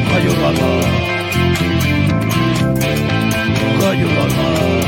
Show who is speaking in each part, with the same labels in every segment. Speaker 1: Lover. Pourquoi You Lover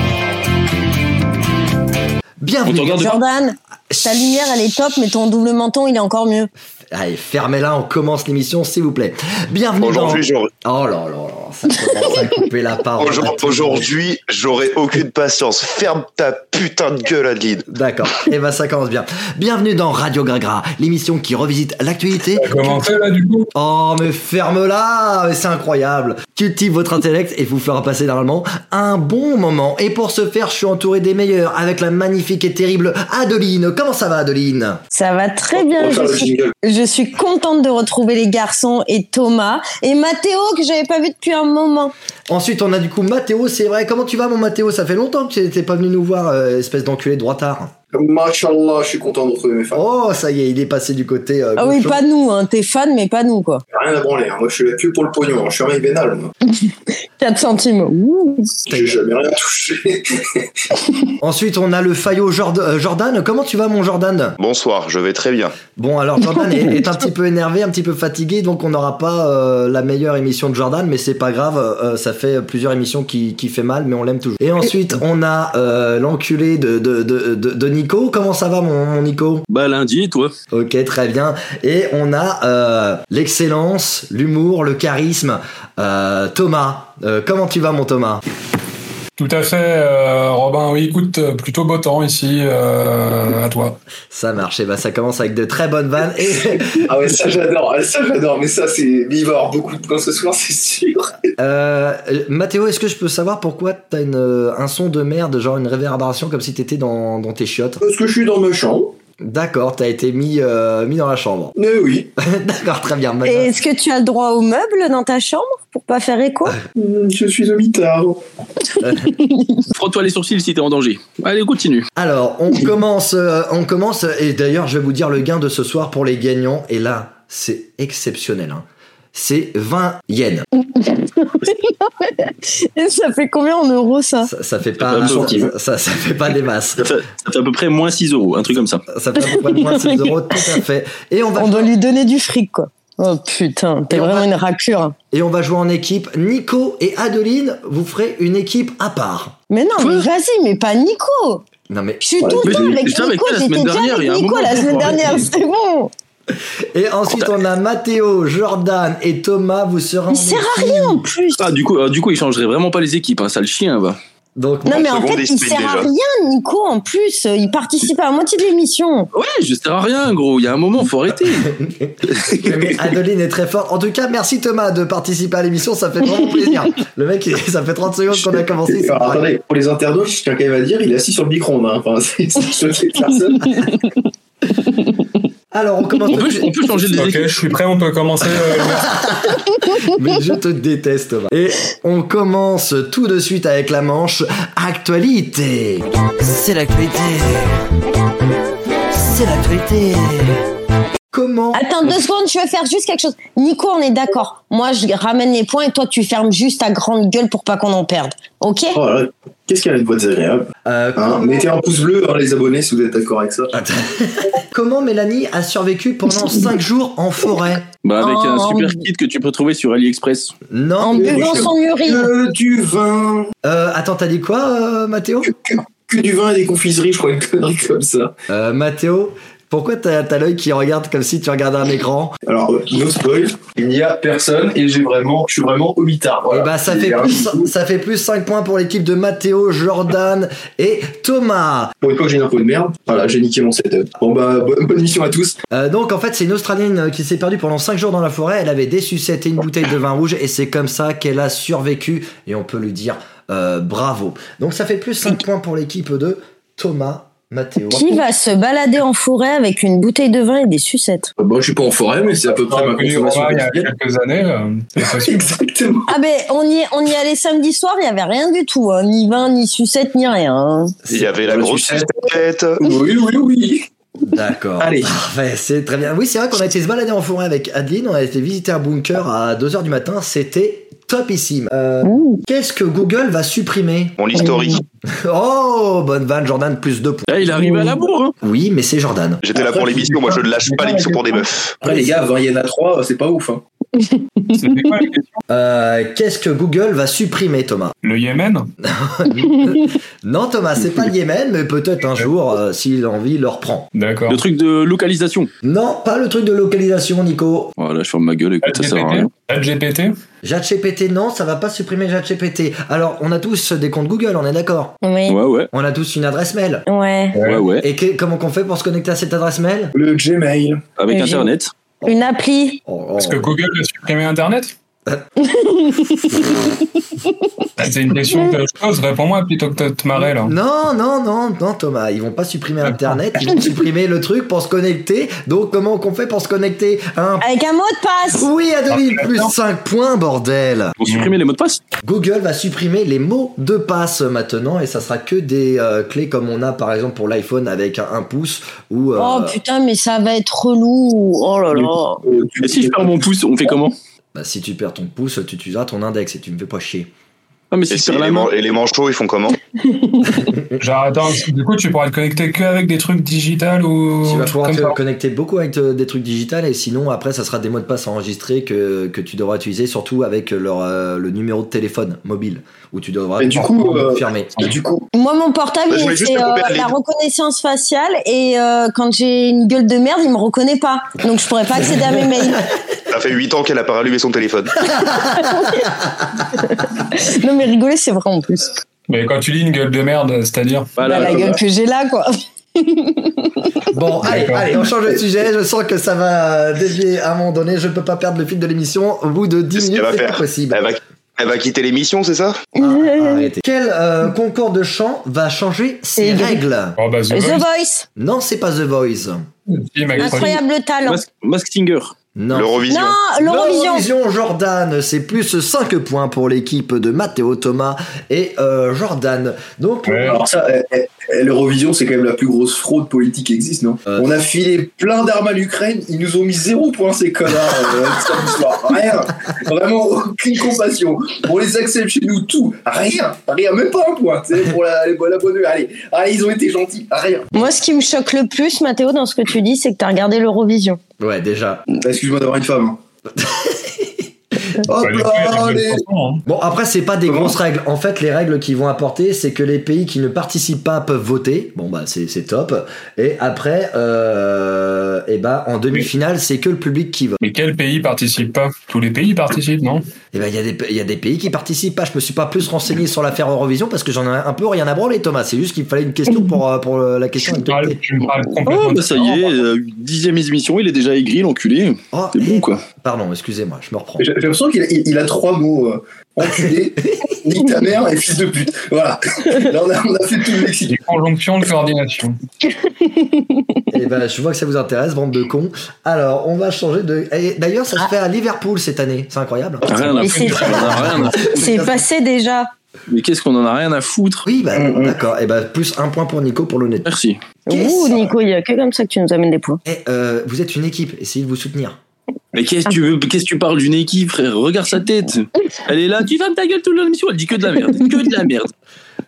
Speaker 2: On te
Speaker 3: Bienvenue.
Speaker 2: regarde pas.
Speaker 4: Jordan, ta lumière elle est top, mais ton double menton il est encore mieux.
Speaker 3: Allez, fermez-la, on commence l'émission, s'il vous plaît. Bienvenue
Speaker 5: Aujourd'hui,
Speaker 3: dans...
Speaker 5: j'aurais-
Speaker 3: Oh là là là, ça commence à couper la parole. à tout
Speaker 5: aujourd'hui,
Speaker 3: le monde.
Speaker 5: aujourd'hui, j'aurais aucune patience. Ferme ta putain de gueule, Adeline.
Speaker 3: D'accord, et ben ça commence bien. Bienvenue dans Radio Gragra, l'émission qui revisite l'actualité.
Speaker 6: Comment fait là du coup
Speaker 3: Oh mais ferme-la, mais c'est incroyable. Cultive votre intellect et vous fera passer normalement un bon moment. Et pour ce faire, je suis entouré des meilleurs avec la magnifique et terrible Adeline. Comment ça va Adeline
Speaker 4: Ça va très bien. Je suis, je suis contente de retrouver les garçons et Thomas et Mathéo que j'avais pas vu depuis un moment.
Speaker 3: Ensuite, on a du coup Mathéo, c'est vrai. Comment tu vas mon Mathéo Ça fait longtemps que tu t'es pas venu nous voir, euh, espèce d'enculé de droitard.
Speaker 7: Machallah, je suis content de retrouver mes fans.
Speaker 3: Oh, ça y est, il est passé du côté... euh,
Speaker 4: Ah oui,
Speaker 3: gaucho.
Speaker 4: pas nous, hein. T'es fan, mais pas nous quoi.
Speaker 7: Rien à branler, hein. moi je suis là que pour le pognon, hein. je suis un mec vénal, moi.
Speaker 4: 4 centimes. Ouh.
Speaker 7: J'ai jamais rien touché.
Speaker 3: Ensuite, on a le faillot Jord- euh, Jordan. Comment tu vas mon Jordan
Speaker 5: Bonsoir, je vais très bien.
Speaker 3: Bon, alors Jordan est, est un petit peu énervé, un petit peu fatigué, donc on n'aura pas euh, la meilleure émission de Jordan, mais c'est pas grave, euh, ça fait plusieurs émissions qui, qui fait mal, mais on l'aime toujours. Et ensuite, on a euh, l'enculé de, de, de, de, de Nico. Comment ça va, mon, mon Nico
Speaker 2: Bah lundi, toi.
Speaker 3: Ok, très bien. Et on a euh, l'excellence, l'humour, le charisme. Euh, Thomas, Euh, comment tu vas, mon Thomas
Speaker 6: Tout à fait, euh, Robin. Oui, écoute, euh, plutôt beau temps ici. euh, à toi.
Speaker 3: Ça marche, et bah ça commence avec de très bonnes vannes. Et
Speaker 7: ah ouais, ça j'adore, ah, ça j'adore, mais ça c'est. Mais il va y avoir beaucoup de plans ce soir, c'est sûr.
Speaker 3: Euh, Mathéo, est-ce que je peux savoir pourquoi t'as une, euh, un son de merde, genre une réverbération comme si t'étais dans, dans tes chiottes
Speaker 7: Parce que je suis dans ma chambre.
Speaker 3: D'accord, t'as été mis, euh, mis dans la chambre.
Speaker 7: Mais oui.
Speaker 3: D'accord, très bien.
Speaker 4: Et
Speaker 3: maintenant-
Speaker 4: est-ce que tu as le droit au meuble dans ta chambre pour pas faire écho
Speaker 7: Mm, Je suis au mitard.
Speaker 2: Frotte-toi les sourcils si t'es en danger. Allez, continue.
Speaker 3: Alors, on commence, euh, on commence, et d'ailleurs, je vais vous dire le gain de ce soir pour les gagnants, et là, c'est exceptionnel. hein. C'est 20 yens.
Speaker 4: Et ça fait combien en euros ça
Speaker 3: Ça, ça fait pas,
Speaker 2: pas
Speaker 3: ça,
Speaker 2: beaucoup.
Speaker 3: ça, ça fait pas des masses.
Speaker 2: Ça fait, ça fait à peu près moins 6 euros, un truc comme ça.
Speaker 3: Ça fait à peu près moins 6 euros, tout à fait. Et on va,
Speaker 4: On doit lui donner du fric quoi. Oh putain, t'es
Speaker 3: Et on
Speaker 4: vraiment
Speaker 3: va-
Speaker 4: une raclure.
Speaker 3: et on va jouer en équipe. Nico et Adeline, vous ferez une équipe à part.
Speaker 4: Mais non, mais vas-y, mais pas Nico.
Speaker 3: Non mais
Speaker 4: Je suis tout
Speaker 2: mais
Speaker 4: le temps
Speaker 2: j'étais
Speaker 4: avec
Speaker 2: avec toi la
Speaker 4: Nico. J'étais
Speaker 2: semaine
Speaker 4: déjà
Speaker 2: dernière, il y a
Speaker 4: avec
Speaker 2: un
Speaker 4: Nico
Speaker 2: moment,
Speaker 4: la
Speaker 2: faut
Speaker 4: semaine
Speaker 2: arrêter.
Speaker 4: dernière. C'est bon.
Speaker 3: et ensuite on a Mathéo, Jordan et Thomas vous serez en
Speaker 4: Il sert à
Speaker 3: équipe.
Speaker 4: rien en plus.
Speaker 2: Ah, du coup, euh, du coup, il changerait vraiment pas les équipes, hein, ça le chien va.
Speaker 3: Donc
Speaker 4: Non,
Speaker 5: en
Speaker 4: mais en
Speaker 5: seconde,
Speaker 4: fait,
Speaker 5: il se
Speaker 4: il
Speaker 5: fait
Speaker 4: sert à
Speaker 5: déjà.
Speaker 4: rien, Nico, en plus. Il participe à la moitié de l'émission.
Speaker 2: Ouais, je sers à rien, gros. Il y a un moment, faut arrêter.
Speaker 3: mais Adeline est très forte. En tout cas, merci Thomas de participer à l'émission, ça fait vraiment plaisir. Le mec, il- ça fait 30 secondes qu'on a commencé. c'est
Speaker 7: Alors,
Speaker 3: pareil.
Speaker 7: attendez, pour les internautes, je tiens quand même à dire, il est assis sur le micro-ondes. Hein. Enfin, c'est c'est choqué personne.
Speaker 3: Alors on commence.
Speaker 2: On peut, on peut changer les
Speaker 6: Ok,
Speaker 2: équipes.
Speaker 6: je suis prêt, on peut commencer. euh,
Speaker 3: Mais je te déteste. Thomas. Et on commence tout de suite avec la manche actualité.
Speaker 8: C'est l'actualité. C'est l'actualité.
Speaker 3: Comment
Speaker 4: Attends deux secondes, je veux faire juste quelque chose. Nico, on est d'accord. Moi, je ramène les points et toi, tu fermes juste ta grande gueule pour pas qu'on en perde. Ok
Speaker 7: Oh là là, qu'est-ce qu'il y a de voix désagréable
Speaker 3: euh,
Speaker 7: hein. Mettez un pouce bleu, hein, les abonnés, si vous êtes d'accord avec ça.
Speaker 3: Attends. Comment Mélanie a survécu pendant 5 jours en forêt
Speaker 2: Bah, avec un
Speaker 4: Oh.
Speaker 2: super kit que tu peux trouver sur AliExpress.
Speaker 4: En
Speaker 3: Non.
Speaker 4: buvant son urine.
Speaker 7: Que du vin
Speaker 3: Euh, attends, t'as dit quoi, euh, Mathéo
Speaker 7: que, que- que du vin et des confiseries, je crois, une connerie comme ça.
Speaker 3: Euh, Mathéo, pourquoi t'as t'as l'œil qui regarde comme si tu regardais un écran Eh
Speaker 7: Alors, euh, no spoil, il n'y a personne et j'ai vraiment, je suis vraiment au mitard. Voilà.
Speaker 3: Et bah ça fait,
Speaker 7: un
Speaker 3: plus,
Speaker 7: coup,
Speaker 3: ça fait plus 5 points pour l'équipe de Mathéo, Jordan et Thomas.
Speaker 7: Pour une fois que j'ai une info de merde, voilà, j'ai niqué mon setup. Bon bah, bonne, bonne mission à tous.
Speaker 3: Euh, donc en fait c'est une Australienne euh, qui s'est perdue pendant 5 jours dans la forêt, elle avait des sucettes et une bouteille de vin rouge et c'est comme ça qu'elle a survécu et on peut lui dire euh, bravo. Donc ça fait plus 5 points pour l'équipe de Thomas, Mathéo.
Speaker 4: Qui va se balader en forêt avec une bouteille de vin et des sucettes
Speaker 7: Euh, Bon, je suis pas en forêt, mais c'est à peu près
Speaker 4: Ah,
Speaker 7: ma
Speaker 6: connu Robin
Speaker 7: consommation
Speaker 6: il y a
Speaker 7: quotidienne.
Speaker 6: quelques années. euh, là. C'est pas sûr.
Speaker 7: Exactement.
Speaker 4: Ah ben, on y, on y allait samedi soir, il y avait rien du tout. hein. Ni vin, ni sucette, ni rien. hein.
Speaker 5: Il y avait la
Speaker 7: Je
Speaker 5: grosse
Speaker 7: suis chef.
Speaker 5: tête.
Speaker 7: Oui, oui, oui.
Speaker 3: D'accord.
Speaker 7: Allez.
Speaker 3: Parfait, c'est très bien. Oui, c'est vrai qu'on a été se balader en forêt avec Adeline, on a été visiter un bunker à 2h du matin, c'était topissime. Euh,
Speaker 4: Ouh.
Speaker 3: Qu'est-ce que Google va supprimer
Speaker 5: Mon historique.
Speaker 3: Oh, bonne vanne, Jordan, plus 2 points.
Speaker 2: Là, Eh, il arrive à la bourre. Hein.
Speaker 3: Oui, mais c'est Jordan.
Speaker 5: J'étais là pour l'émission, moi je ne lâche pas l'émission pour des meufs.
Speaker 7: Après, les gars, 20 yens à 3, c'est pas ouf. Hein.
Speaker 6: C'était quoi la question
Speaker 3: Euh, Qu'est-ce que Google va supprimer, Thomas
Speaker 6: Le Yémen
Speaker 3: Non, Thomas, c'est pas le Yémen, mais peut-être un jour, euh, si l'envie leur prend.
Speaker 6: D'accord.
Speaker 2: Le truc de localisation.
Speaker 3: Non, pas le truc de localisation, Nico.
Speaker 2: Voilà, je ferme ma gueule, écoute, ça sert à rien.
Speaker 6: ChatGPT
Speaker 3: ChatGPT, non, ça va pas supprimer ChatGPT. Alors, on a tous des comptes Google, on est d'accord
Speaker 4: Oui.
Speaker 2: Ouais, ouais,
Speaker 3: On a tous une adresse mail.
Speaker 4: Ouais.
Speaker 2: ouais, ouais.
Speaker 3: Et que- comment qu'on fait pour se connecter à cette adresse mail
Speaker 7: Le Gmail.
Speaker 2: Avec
Speaker 4: Et
Speaker 2: Internet.
Speaker 4: Une appli.
Speaker 3: Oh, oh.
Speaker 6: Est-ce que Google a supprimé Internet C'est une question que je pose. Réponds-moi plutôt que de te marrer là.
Speaker 3: Non, non, non, non, Thomas, ils vont pas supprimer Internet, ils vont supprimer le truc pour se connecter. Donc, comment qu'on fait pour se connecter hein
Speaker 4: Avec un mot de passe.
Speaker 3: Oui, à 2000
Speaker 6: Ah,
Speaker 3: plus
Speaker 6: non.
Speaker 3: 5 points, bordel
Speaker 2: Pour supprimer les mots de passe
Speaker 3: Google va supprimer les mots de passe maintenant et ça sera que des euh, clés comme on a par exemple pour l'iPhone avec un, un pouce ou... euh,
Speaker 5: Bah.
Speaker 4: Oh putain, mais ça va être relou. Oh là là.
Speaker 7: Euh,
Speaker 2: Et si je perds mon pouce, on fait comment
Speaker 3: bah, si tu perds ton pouce, tu utiliseras ton index et tu me fais pas chier.
Speaker 2: Ah, mais si
Speaker 5: Et,
Speaker 2: je
Speaker 5: si
Speaker 2: perds la
Speaker 5: les,
Speaker 2: main.
Speaker 5: man- et les manchots, ils font comment
Speaker 6: Genre, attends, parce que du coup, tu pourras te connecter que avec des trucs digitales ou.
Speaker 3: tu vas
Speaker 6: trucs
Speaker 3: pouvoir
Speaker 6: comme
Speaker 3: te
Speaker 6: ça.
Speaker 3: connecter beaucoup avec te- des trucs digitaux et sinon après ça sera des mots de passe enregistrés que, que tu devras utiliser surtout avec leur, euh, le numéro de téléphone mobile où tu devras
Speaker 7: Mais du coup, euh,
Speaker 3: confirmer.
Speaker 7: Et du coup,
Speaker 4: Moi, mon portable,
Speaker 5: Bah, je
Speaker 4: il
Speaker 5: voulais juste
Speaker 4: fait
Speaker 5: te couper
Speaker 4: euh,
Speaker 5: la
Speaker 4: la
Speaker 5: ligne.
Speaker 4: reconnaissance faciale et euh, quand j'ai une gueule de merde, il me reconnaît pas. Donc, je pourrais pas accéder à mes mails.
Speaker 5: Ça fait 8 ans qu'elle a pas rallumé son téléphone.
Speaker 4: Non, mais rigoler, c'est vrai en plus.
Speaker 6: Mais quand tu lis une gueule de merde, c'est-à-dire.
Speaker 4: Bah,
Speaker 5: Ah,
Speaker 2: Voilà.
Speaker 4: la gueule que j'ai là, quoi.
Speaker 3: Bon, allez,
Speaker 6: D'accord.
Speaker 3: allez, on change de sujet. Je sens que ça va dévier à un moment donné. Je peux pas perdre le fil de l'émission. Au bout de 10
Speaker 5: C'est ce
Speaker 3: minutes,
Speaker 5: qu'elle va
Speaker 3: c'est pas
Speaker 5: faire.
Speaker 3: possible.
Speaker 5: Elle va, elle va quitter l'émission, c'est ça
Speaker 3: Ah, arrêtez. Quel euh, concours de chant va changer ses
Speaker 4: Et-
Speaker 3: règles
Speaker 6: Oh, bah, The
Speaker 4: The
Speaker 6: Voice,
Speaker 4: Voice.
Speaker 3: Non, c'est pas The Voice.
Speaker 6: si, Max
Speaker 4: Incroyable talent.
Speaker 2: Mask, Mask Singer.
Speaker 3: Non.
Speaker 5: L'Eurovision.
Speaker 4: Non, l'Eurovision.
Speaker 3: Jordan, c'est plus 5 points pour l'équipe de Matteo Thomas et euh, Jordan. Donc,
Speaker 6: Prix. Ouais.
Speaker 7: alors ça, eh, eh, l'Eurovision, c'est quand même la plus grosse fraude politique qui existe, non
Speaker 3: Euh.
Speaker 7: On a filé plein d'armes à l'Ukraine, ils nous ont mis zéro point, ces connards, euh, samedi soir. Rien. Vraiment, aucune compassion. On les accepte chez nous, tout. Rien. Rien, même pas un point. tu sais, pour la, la bonne heure. Allez. Allez, ils ont été gentils. Rien.
Speaker 4: Moi, ce qui me choque le plus, Mathéo, dans ce que tu dis, c'est que t'as regardé l'Eurovision.
Speaker 3: ouais, déjà.
Speaker 7: Bah, Excuse-moi d'avoir une femme. hein.
Speaker 3: Hop
Speaker 6: Bah, du coup, il y
Speaker 3: là,
Speaker 6: a des
Speaker 3: les-
Speaker 6: bonnes chansons, hein.
Speaker 3: Bon, après, c'est pas des
Speaker 7: Comment
Speaker 3: grosses règles. En fait, les règles qu'ils vont apporter, c'est que les pays qui ne participent pas peuvent voter. Bon, bah, c'est c'est top. Et après, euh, et bah, en demi-finale, c'est que le public qui vote.
Speaker 6: Mais quel pays participe pas Tous les pays participent, non
Speaker 3: Et ben, il y, a des- il y a des pays qui participent pas. Je me suis pas plus renseigné sur l'affaire Eurovision parce que j'en ai un peu rien à branler, Thomas. C'est juste qu'il fallait une question pour, euh, pour euh, la
Speaker 6: Tu
Speaker 3: question.
Speaker 6: me parles tu me
Speaker 4: Ah,
Speaker 6: parles complètement.
Speaker 2: Oh, bah ça y est, euh, dixième émission, il est déjà aigri, l'enculé.
Speaker 3: Oh,
Speaker 2: C'est bon, quoi.
Speaker 3: Pardon, excusez-moi, je me reprends.
Speaker 7: J'ai j'ai l'impression qu'il a, il- il a trois mots. euh, enculé, nique ta mère et fils de pute. Voilà. Là, on a, on a fait tout le lexique.
Speaker 6: Des conjonctions de coordination.
Speaker 3: Eh ben, je vois que ça vous intéresse, bande de cons. Alors, on va changer de. Et D'ailleurs, ça se fait à Liverpool cette année. C'est incroyable.
Speaker 2: Ah, Rien à
Speaker 4: Mais c'est-
Speaker 2: foutre. on en a rien à-
Speaker 4: C'est passé déjà.
Speaker 2: Mais qu'est-ce qu'on en a rien à foutre
Speaker 3: Oui, bah,
Speaker 7: Mm, mm.
Speaker 3: d'accord. Et ben, plus un point pour Nico pour l'honnêteté.
Speaker 2: Merci.
Speaker 3: Qu'est-ce
Speaker 4: Ouh, Nico, il y a que comme ça que tu nous amènes des points.
Speaker 3: Eh, euh, vous êtes une équipe. Essayez de vous soutenir.
Speaker 2: Mais qu'est-ce que tu veux Qu'est-ce que tu parles d'une équipe, frère Regarde sa tête. Elle est là, tu fermes ta gueule toute l'émission, elle dit que de la merde. Que de la merde.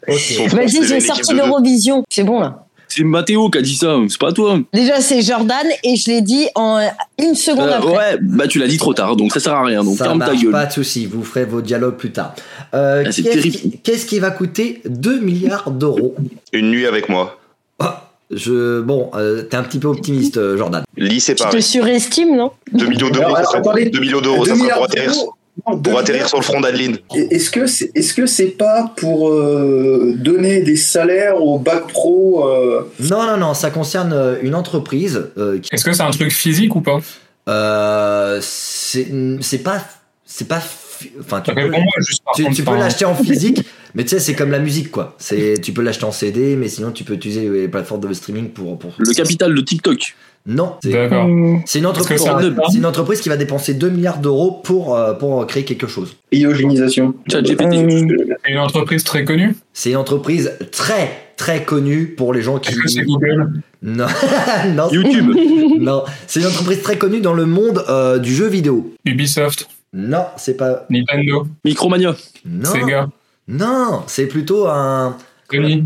Speaker 3: Ok.
Speaker 4: Vas-y, j'ai sorti l'Eurovision. C'est bon, là.
Speaker 2: C'est Mathéo qui a dit ça, c'est pas toi.
Speaker 4: Déjà, c'est Jordan et je l'ai dit en une seconde
Speaker 2: Euh,
Speaker 4: après.
Speaker 2: ouais, bah tu l'as dit trop tard, donc ça sert à rien. Donc
Speaker 3: ça
Speaker 2: ferme ta
Speaker 3: marche
Speaker 2: gueule.
Speaker 3: pas de souci. Vous ferez vos dialogues plus tard. Euh,
Speaker 2: Ah, c'est
Speaker 3: qu'est-ce,
Speaker 2: terrible.
Speaker 3: qui, qu'est-ce qui va coûter 2 milliards d'euros
Speaker 5: Une nuit avec moi.
Speaker 3: Ah, Je bon, euh, t'es un petit peu optimiste, euh, Jordan.
Speaker 4: Je
Speaker 5: Lit
Speaker 4: te
Speaker 5: séparé.
Speaker 4: surestime, non
Speaker 5: 2 millions d'euros,
Speaker 7: Alors,
Speaker 5: ça
Speaker 7: alors,
Speaker 5: serait-
Speaker 7: attendez.
Speaker 5: 2 millions d'euros, ça serait pour atterrir,
Speaker 7: Non, deux
Speaker 5: pour atterrir
Speaker 7: milliards.
Speaker 5: sur le front d'Adeline.
Speaker 7: Et- Est-ce que c'est est -ce c'est pas pour euh, donner des salaires aux bac pro euh,
Speaker 3: Non, non, non. Ça concerne euh, une entreprise euh, qui
Speaker 6: Est-ce que c'est un truc physique ou pas
Speaker 3: Euh, c'est c'est pas c'est pas fi- enfin tu
Speaker 6: Ça fait
Speaker 3: peux,
Speaker 6: pour moi, juste par
Speaker 3: tu,
Speaker 6: contre.
Speaker 3: tu peux
Speaker 6: enfin,
Speaker 3: l'acheter en physique mais tu sais c'est comme la musique quoi c'est tu peux l'acheter en CD mais sinon tu peux utiliser les plateformes de streaming pour pour
Speaker 2: Le capital de TikTok.
Speaker 3: non c'est
Speaker 6: D'accord.
Speaker 4: Euh,
Speaker 3: c'est une entreprise
Speaker 6: Ben, Parce que
Speaker 3: qui
Speaker 6: ça
Speaker 3: va-
Speaker 6: ne parle.
Speaker 3: c'est une entreprise qui va dépenser 2 milliards d'euros pour euh, pour créer quelque chose
Speaker 7: Hyogénisation.
Speaker 2: ChatGPT.
Speaker 7: Euh,
Speaker 6: C'est une entreprise très connue.
Speaker 3: c'est une entreprise très très connue pour les gens qui
Speaker 6: Est-ce que c'est Google
Speaker 3: non non c'est-
Speaker 2: YouTube.
Speaker 3: non c'est une entreprise très connue dans le monde euh, du jeu vidéo
Speaker 6: Ubisoft
Speaker 3: non c'est pas
Speaker 6: Nintendo
Speaker 2: Micromania.
Speaker 3: non
Speaker 6: Sega
Speaker 3: non c'est plutôt un
Speaker 6: Sony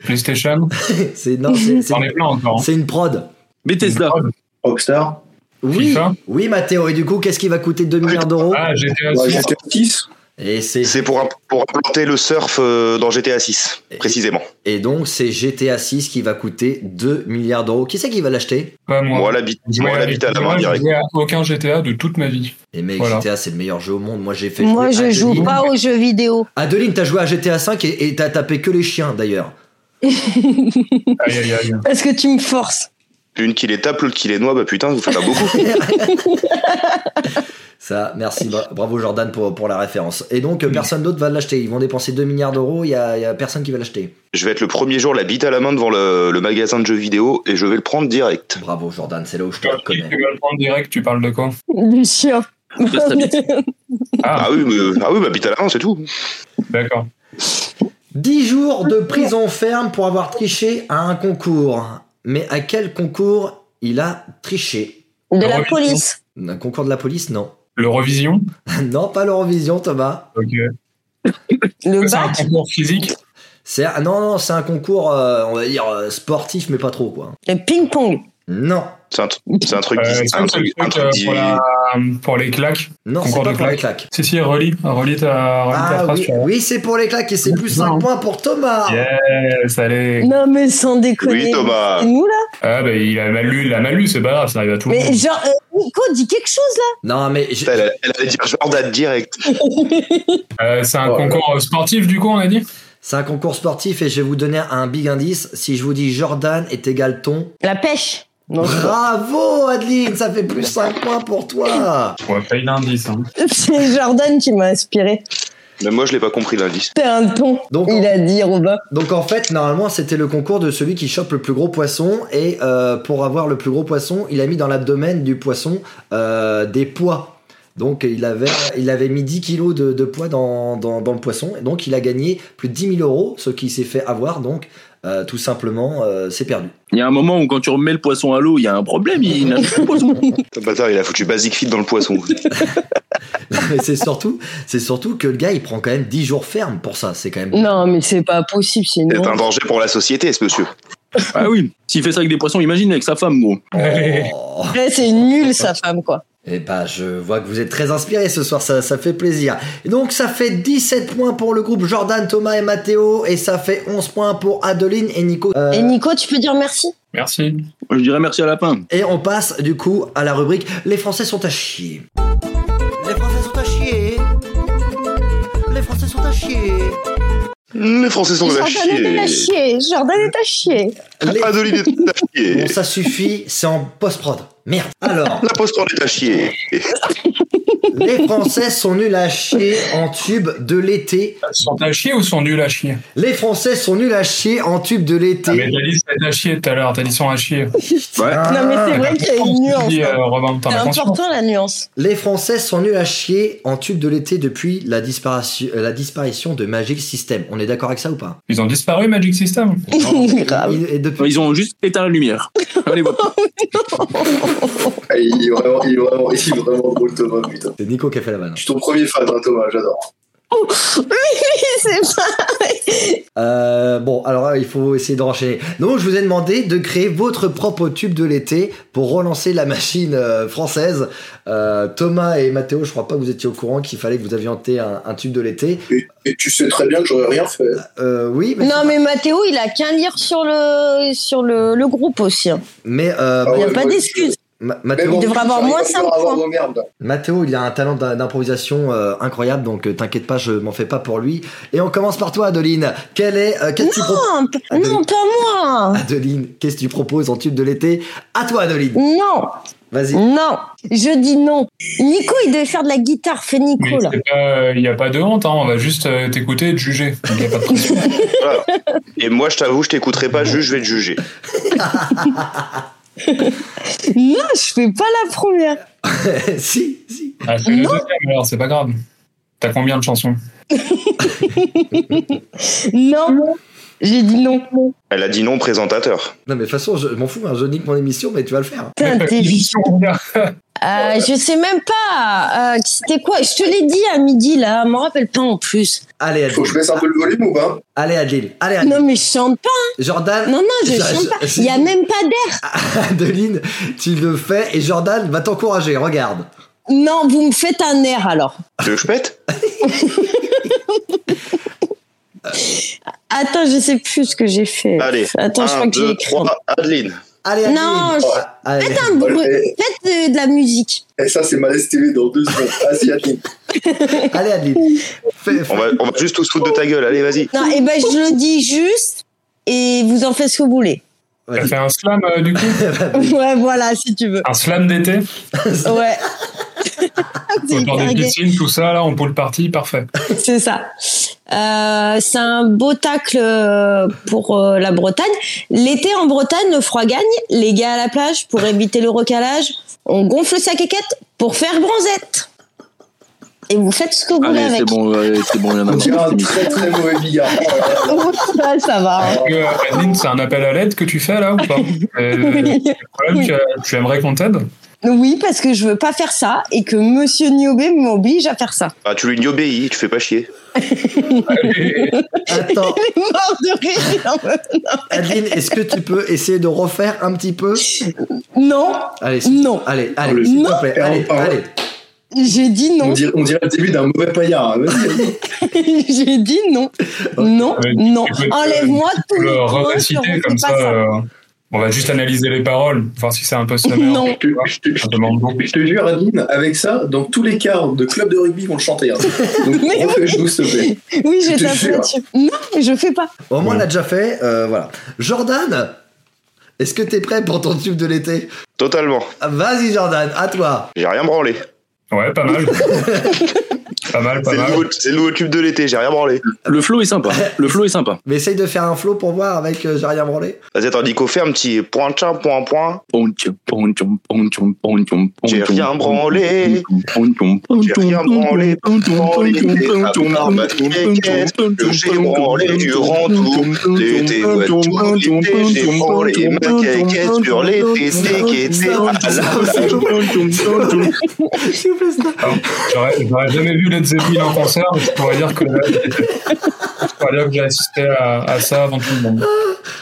Speaker 6: PlayStation
Speaker 3: c'est non c'est c'est-
Speaker 6: J'en ai plein encore. hein.
Speaker 3: C'est une prod.
Speaker 2: Bethesda.
Speaker 6: Prod.
Speaker 7: Rockstar.
Speaker 3: Oui,
Speaker 6: FIFA
Speaker 3: oui, Mathéo. Et du coup, qu'est-ce qui va coûter 2 milliards d'euros
Speaker 6: Ah, GTA
Speaker 7: Ouais,
Speaker 6: 6.
Speaker 7: j'étais à 6.
Speaker 3: Et c'est
Speaker 5: C'est pour, imp- pour implanter le surf euh, dans GTA 6, précisément.
Speaker 3: et donc c'est GTA 6 qui va coûter 2 milliards d'euros. Qui c'est qui va l'acheter
Speaker 6: Pas moi.
Speaker 5: Moi, l'habit
Speaker 6: Je
Speaker 5: moi,
Speaker 6: jouais
Speaker 5: l'habit à la main
Speaker 6: moi, je
Speaker 5: direct.
Speaker 6: jouais à aucun GTA de toute ma vie.
Speaker 3: Et Eh mec,
Speaker 6: Voilà.
Speaker 3: GTA c'est le meilleur jeu au monde. Moi j'ai fait.
Speaker 4: Moi, je
Speaker 3: jouer à
Speaker 4: joue
Speaker 3: Adeline.
Speaker 4: pas aux jeux vidéo.
Speaker 3: Adeline, t'as joué à GTA 5 et et t'as tapé que les chiens d'ailleurs.
Speaker 6: Aïe, aïe, aïe.
Speaker 4: Parce que tu me forces.
Speaker 5: L'une qui les tape, l'autre qui les noie, bah putain, vous faites pas beaucoup.
Speaker 3: Ça, merci, bra- bravo Jordan pour, pour la référence. Et donc, euh, personne d'autre va l'acheter. Ils vont dépenser 2 milliards d'euros, il n'y a, il y a personne qui va l'acheter.
Speaker 5: je vais être le premier jour la bite à la main devant le, le magasin de jeux vidéo et je vais le prendre direct.
Speaker 3: Bravo Jordan, c'est là où je te
Speaker 6: Quand tu dis
Speaker 3: reconnais.
Speaker 6: que tu vas le prendre direct, tu parles de quoi
Speaker 4: Lucien.
Speaker 2: Passe ta bite.
Speaker 5: Ah,
Speaker 6: Ah,
Speaker 5: oui, mais, ah oui, ma bite à la main, c'est tout.
Speaker 6: d'accord.
Speaker 3: 10 jours de prison ferme pour avoir triché à un concours. Mais à quel concours il a triché
Speaker 4: De la
Speaker 6: Eurovision.
Speaker 4: police.
Speaker 3: Un concours de la police Non.
Speaker 6: L'Eurovision
Speaker 3: non, pas l'Eurovision, Thomas.
Speaker 6: Ok.
Speaker 4: Le
Speaker 6: C'est un
Speaker 4: bac.
Speaker 6: concours physique
Speaker 3: C'est un- non, non, c'est un concours, euh, on va dire, euh, sportif, mais pas trop, quoi.
Speaker 4: Le ping-pong.
Speaker 3: Non,
Speaker 5: C'est un, tr- c'est un truc.
Speaker 6: Euh,
Speaker 5: un truc, un truc
Speaker 6: euh,
Speaker 5: dit-
Speaker 6: pour, la- pour les claques.
Speaker 3: non, c'est
Speaker 6: Concours
Speaker 3: pas
Speaker 6: de
Speaker 3: pour les claques.
Speaker 6: Si, si, relis, relis ta, relis ta
Speaker 3: Ah
Speaker 6: phrase.
Speaker 3: oui,
Speaker 6: sur-
Speaker 3: oui, c'est pour les claques et c'est plus 5
Speaker 6: Non.
Speaker 3: points pour Thomas.
Speaker 6: Yes, allez.
Speaker 4: Non, mais sans déconner.
Speaker 5: Oui, Thomas.
Speaker 4: C'est nous, là.
Speaker 6: Ah, bah, il a mal lu, il a mal lu, c'est pas grave, ça arrive à tout le
Speaker 3: Mm.
Speaker 4: Mais
Speaker 6: monde.
Speaker 4: genre, euh, Nico, dis quelque chose, là.
Speaker 3: Non, mais j'ai-
Speaker 5: Elle, elle allait dire Jordan direct.
Speaker 6: Euh, c'est un
Speaker 7: Oh là
Speaker 6: concours sportif, du coup, on a dit
Speaker 3: C'est un concours sportif et je vais vous donner un big indice. Si je vous dis Jordan est égal ton.
Speaker 4: La pêche. Non, c'est pas-
Speaker 3: Bravo Adeline, ça fait plus 5 points pour toi.
Speaker 6: Ouais, paye l'indice. Hein.
Speaker 4: c'est Jordan qui m'a inspiré.
Speaker 5: Même moi, je l'ai pas compris l'indice.
Speaker 4: T'es un ton.
Speaker 3: Donc,
Speaker 4: Il a dit, Robin.
Speaker 3: donc en fait, normalement, c'était le concours de celui qui chope le plus gros poisson et euh, pour avoir le plus gros poisson, il a mis dans l'abdomen du poisson euh, des poids. Donc il avait, il avait mis 10 kilos de, de poids dans, dans, dans le poisson et donc il a gagné plus de 10 000 euros, ce qui s'est fait avoir donc euh, tout simplement euh, c'est perdu.
Speaker 2: Il y a un moment où quand tu remets le poisson à l'eau, il y a un problème. Il n'a plus de poisson.
Speaker 5: Le bâtard, il a foutu Basic Fit dans le poisson.
Speaker 3: Mais c'est surtout, c'est surtout que le gars, il prend quand même 10 jours ferme pour ça. C'est quand même.
Speaker 4: Non, mais c'est pas possible, c'est
Speaker 5: C'est un
Speaker 4: non.
Speaker 5: danger pour la société, ce monsieur.
Speaker 2: Ah oui. S'il fait ça avec des poissons, imagine avec sa femme, gros.
Speaker 6: Allez.
Speaker 3: Oh.
Speaker 4: Ouais, c'est nul, sa femme, quoi.
Speaker 3: Eh ben, je vois que vous êtes très inspirés ce soir. Ça, ça fait plaisir. Et donc, ça fait 17 points pour le groupe Jordan, Thomas et Mathéo. Et ça fait 11 points pour Adeline et Nico. Euh,
Speaker 4: Et Nico, tu peux dire merci
Speaker 6: Merci.
Speaker 2: Je dirais merci à la fin.
Speaker 3: et on passe du coup à la rubrique Les Français sont à chier. Les Français sont à chier. Les Français sont à chier.
Speaker 5: Les Français sont de la
Speaker 4: Jordan est à
Speaker 5: chier.
Speaker 4: chier. Jordan est à chier.
Speaker 3: Les-
Speaker 5: Adeline est de
Speaker 3: Bon,
Speaker 5: la chier.
Speaker 3: ça suffit. C'est en post-prod. Merde. Alors.
Speaker 5: La poste est à chier.
Speaker 3: Les Français sont nuls à chier en tube de l'été.
Speaker 6: Sont à chier ou sont nuls à chier
Speaker 3: Les Français sont nuls à chier en tube de
Speaker 6: ah, Mais
Speaker 3: l'été.
Speaker 6: t'as dit c'est à chier tout à l'heure, t'as dit sont à chier.
Speaker 3: Ah.
Speaker 4: Non, mais c'est vrai qu'il y a une nuance.
Speaker 6: Dis, euh,
Speaker 4: hein.
Speaker 6: Robin, t'en
Speaker 4: C'est
Speaker 6: as conscience
Speaker 4: important, la nuance.
Speaker 3: Les Français sont nuls à chier en tube de l'été depuis la disparition, euh, la disparition de Magic System. On est d'accord avec ça ou pas
Speaker 6: Ils ont disparu, Magic System
Speaker 4: Grave.
Speaker 3: Il- et depuis-
Speaker 2: Ils ont juste éteint la lumière. Allez, voilà.
Speaker 7: Ah, Il est vraiment, il est vraiment, il est vraiment drôle, Thomas, putain.
Speaker 3: C'est Nico qui a fait la vanne.
Speaker 7: Je suis ton premier fan, hein, Thomas, j'adore.
Speaker 4: C'est pas-
Speaker 3: Euh, bon, alors euh, il faut essayer de renchaîner. Donc, je vous ai demandé de créer votre propre tube de l'été pour relancer la machine euh, française. Euh, Thomas et Mathéo, je crois pas que vous étiez au courant qu'il fallait que vous aviez un, un tube de l'été.
Speaker 7: Et, et tu sais très bien que j'aurais rien fait.
Speaker 3: Euh, oui, mais,
Speaker 4: Non, mais Mathéo, il a qu'un lire sur le, sur le, le groupe aussi. hein.
Speaker 3: mais euh,
Speaker 7: Ah
Speaker 4: Il n'y a
Speaker 7: ouais,
Speaker 4: pas
Speaker 7: moi,
Speaker 4: d'excuse.
Speaker 3: Ma-
Speaker 7: Mais
Speaker 3: Mathéo,
Speaker 7: bon,
Speaker 4: Il devrait avoir
Speaker 7: j'arrive
Speaker 4: moins
Speaker 7: à
Speaker 4: cinq
Speaker 7: avoir oh,
Speaker 4: points.
Speaker 7: vos merdes.
Speaker 3: Mathéo, il a un talent d'im- d'improvisation euh, incroyable, donc euh, t'inquiète pas, je m'en fais pas pour lui. Et on commence par toi, Adeline. Quelle est, euh, qu'est-ce que tu proposes
Speaker 4: Non, p- non, pas moi.
Speaker 3: Adeline, qu'est-ce que tu proposes en tube de l'été À toi, Adeline.
Speaker 4: Non,
Speaker 3: Vas-y.
Speaker 4: non. Je dis non. Nico, il devait faire de la guitare. Fais
Speaker 6: Mais
Speaker 4: Nico, là.
Speaker 6: c'est pas- il n'y a pas de honte, hein, on va juste euh, t'écouter et te juger. Donc, il y a pas de pression.
Speaker 5: Voilà. Et moi, je t'avoue, je t'écouterai pas, juste je vais te juger.
Speaker 4: Non, je fais pas la première.
Speaker 3: si, si.
Speaker 6: Ah, fais le
Speaker 4: Non.
Speaker 6: deuxième, alors, c'est pas grave. T'as combien de chansons
Speaker 4: Non. J'ai dit non.
Speaker 5: Elle a dit non présentateur.
Speaker 3: Non, mais de toute façon, je m'en fous, hein, je nique mon émission, mais tu vas le faire.
Speaker 4: Putain, t'es-
Speaker 6: Émission, regarde.
Speaker 4: Euh, je sais même pas. euh, C'était quoi Je te l'ai dit à midi là. Je me rappelle pas en plus.
Speaker 3: Allez,
Speaker 7: Faut que je
Speaker 3: Adil.
Speaker 7: baisse un peu le volume ou pas
Speaker 3: Allez, Adil. Allez, Adil.
Speaker 4: Non mais je chante pas.
Speaker 3: Jordan,
Speaker 4: Non non, je
Speaker 3: Ça,
Speaker 4: chante pas.
Speaker 3: je-
Speaker 4: Il y a même pas d'air.
Speaker 3: Adeline, tu le fais et Jordan va t'encourager. Regarde.
Speaker 4: Non, vous me faites un air alors.
Speaker 5: Tu veux que je pète
Speaker 4: Attends, je sais plus ce que j'ai fait.
Speaker 5: Allez.
Speaker 4: Attends, je
Speaker 5: Un,
Speaker 4: crois que j'ai
Speaker 5: deux,
Speaker 4: écrit.
Speaker 5: trois, Adeline.
Speaker 3: Allez, Adeline.
Speaker 4: Non, je-
Speaker 3: Ah, allez.
Speaker 4: Faites un bruit. Faites de, de la musique.
Speaker 7: Et ça, c'est Malaise TV dans deux secondes. Ah, Vas-y, Adeline.
Speaker 3: Allez, Adeline. Fais-
Speaker 5: On va, on va juste tous foutre de ta gueule. Allez, vas-y.
Speaker 4: Non, et ben je le dis juste et vous en faites ce que vous voulez.
Speaker 6: Elle fait un slam euh, du coup
Speaker 4: Ouais, voilà, si tu veux.
Speaker 6: Un slam d'été
Speaker 4: Ouais. C'est
Speaker 6: autour
Speaker 4: hyper
Speaker 6: des
Speaker 4: gay.
Speaker 6: piscines, tout ça, là, on poule parti, parfait.
Speaker 4: C'est ça. Euh, c'est un beau tacle euh, pour euh, la Bretagne. L'été en Bretagne, le froid gagne. Les gars à la plage, pour éviter le recalage, on gonfle sa quéquette pour faire bronzette. Et vous faites ce que vous voulez
Speaker 2: Allez, c'est
Speaker 4: avec.
Speaker 2: bon, allez, c'est bon, il y en a
Speaker 7: On dirait
Speaker 2: marre,
Speaker 7: un
Speaker 2: c'est
Speaker 7: très très mauvais billard.
Speaker 4: Oh, Ouais, ça va. hein.
Speaker 6: Donc, euh, Adeline, c'est un appel à l'aide que tu fais là ou pas Euh,
Speaker 4: Oui.
Speaker 6: le problème, tu- Tu aimerais qu'on t'aide
Speaker 4: Oui, parce que je veux pas faire ça et que Monsieur Niobé m'oblige à faire ça.
Speaker 5: Ah, tu lui obéis, tu fais pas chier.
Speaker 3: Attends,
Speaker 4: Il est mort de rire.
Speaker 3: Adeline, est-ce que tu peux essayer de refaire un petit peu
Speaker 4: Non,
Speaker 3: Allez, s'il-
Speaker 4: non.
Speaker 3: allez,
Speaker 6: Oh,
Speaker 3: allez, s'il te plaît. Allez,
Speaker 7: Non.
Speaker 3: allez.
Speaker 4: J'ai dit
Speaker 7: On
Speaker 4: non.
Speaker 7: dirait, on dirait le début d'un mauvais paillard. hein. Vas-y.
Speaker 4: J'ai dit non. Non,
Speaker 6: Ouais,
Speaker 4: non.
Speaker 6: tu peux-
Speaker 4: Enlève-moi tout
Speaker 6: Pour
Speaker 4: le
Speaker 6: le
Speaker 4: point sur
Speaker 6: reciter comme
Speaker 4: c'est
Speaker 6: ça.
Speaker 4: pas ça.
Speaker 6: euh, on va juste analyser les paroles, voir si c'est un peu sommaire.
Speaker 4: Non.
Speaker 7: Je te- je te- je
Speaker 6: Ça
Speaker 7: te-
Speaker 6: demande beaucoup.
Speaker 7: Je te jure, Adeline, avec ça, dans tous les quarts de club de rugby vont le chanter. hein. Donc,
Speaker 4: Mais
Speaker 7: refais-nous, s'il te plaît.
Speaker 4: Oui, je
Speaker 7: Je te
Speaker 4: tape
Speaker 7: jure.
Speaker 4: là-dessus. Non, mais je fais pas.
Speaker 3: Au moins, on l'a déjà fait. euh, voilà. Jordan, est-ce que t'es prêt pour ton tube de l'été
Speaker 5: Totalement.
Speaker 3: Ah, Vas-y, Jordan, à toi.
Speaker 5: J'ai rien branlé.
Speaker 6: Ouais, pas mal. pas mal, pas
Speaker 5: C'est le,
Speaker 6: mal.
Speaker 5: nouveau- c'est le nouveau tube de l'été, j'ai rien branlé.
Speaker 2: Le flow est sympa. Le flow est sympa.
Speaker 3: Mais essaye de faire un flow pour voir avec euh, J'ai rien branlé.
Speaker 5: Vas-y, attends, Nico, fais un petit point tchin, point point.
Speaker 2: Pontium, pontium, pontium, pontium, pontium,
Speaker 5: J'ai rien branlé.
Speaker 2: pontium, pontium,
Speaker 5: J'ai rien
Speaker 2: pontium,
Speaker 5: branlé.
Speaker 2: pontium,
Speaker 5: branlé,
Speaker 2: pontium,
Speaker 5: à
Speaker 2: pontium,
Speaker 5: part ma quéquette
Speaker 2: pontium,
Speaker 5: que j'ai
Speaker 2: pontium,
Speaker 5: branlée durant
Speaker 2: pontium,
Speaker 5: tout l'été. Ouais, tout l'été, j'ai branlé ma quéquette sur les fessées qui étaient à la plage.
Speaker 3: S'il vous plaît, stop.
Speaker 6: J'aurais j'aurais jamais vu Led Zeppelin en concert, mais je pourrais dire que, je pourrais dire que j'ai assisté à, à ça avant tout le monde.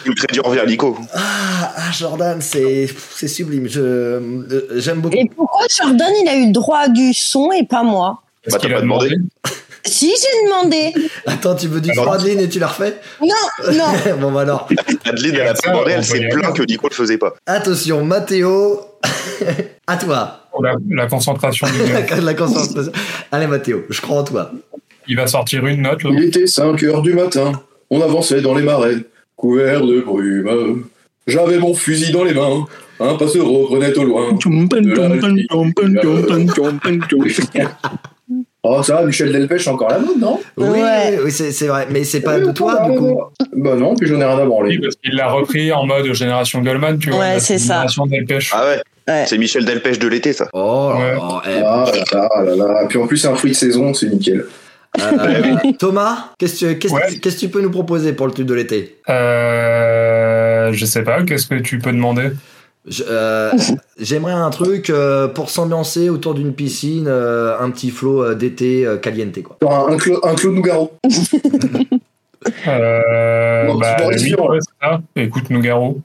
Speaker 5: Tu me crées du revers, Nico.
Speaker 3: Ah, ah, Jordan, c'est c'est sublime. Je euh, j'aime beaucoup.
Speaker 4: Et pourquoi Jordan, il a eu le droit du son et pas moi
Speaker 6: Est-ce
Speaker 5: Bah, t'as
Speaker 6: qu'il a
Speaker 5: pas demandé.
Speaker 4: Si, j'ai demandé.
Speaker 3: Attends, tu veux du
Speaker 6: Alors-
Speaker 3: Jordan et tu la refais
Speaker 4: Non, non.
Speaker 3: Bon, bah alors.
Speaker 5: Adeline, elle a pas demandé, elle s'est plaint que Nico le faisait pas.
Speaker 3: Attention, Mathéo. à toi.
Speaker 6: la, la concentration du gars.
Speaker 3: La concentration. Allez, Mathéo, je crois en toi.
Speaker 6: Il va sortir une note, là.
Speaker 7: Il était 5 heures du matin, on avançait dans les marais, couverts de brume. J'avais mon fusil dans les mains, un passeur reprenait au loin. Oh, ça va, Michel Delpech, c'est encore la mode, non
Speaker 3: Oui,
Speaker 4: Ouais.
Speaker 3: oui, c'est c'est vrai. Mais c'est pas Euh, de toi,
Speaker 7: non,
Speaker 3: du coup.
Speaker 7: non. Bah non, puis j'en ai rien à branler.
Speaker 6: Parce qu'il l'a repris en mode génération Goldman, tu vois.
Speaker 4: Ouais,
Speaker 6: la
Speaker 4: c'est ça.
Speaker 6: Génération Delpech.
Speaker 5: Ah ouais,
Speaker 4: Ouais.
Speaker 5: c'est Michel Delpech de l'été, ça.
Speaker 3: Oh, là
Speaker 6: Ouais.
Speaker 3: là, eh,
Speaker 6: bah.
Speaker 7: Ah là là là là. Puis en plus, c'est un fruit de saison, c'est nickel.
Speaker 5: Ah,
Speaker 3: euh, Thomas, qu'est-ce que qu'est-ce-
Speaker 6: Ouais.
Speaker 3: qu'est-ce que tu peux nous proposer pour le tube de l'été
Speaker 6: Ah. Euh, je sais pas, qu'est-ce que tu peux demander
Speaker 3: Je- euh, J'aimerais un truc euh, pour s'ambiancer autour d'une piscine, euh, un petit flot euh, d'été euh, caliente, quoi.
Speaker 7: Genre un, un, Cla- un Claude Nougaro.
Speaker 6: euh,
Speaker 7: Bon,
Speaker 6: bah,
Speaker 7: c'est Boris
Speaker 6: oui,
Speaker 7: Vian.
Speaker 6: ouais, c'est ça. Écoute, Nougaro.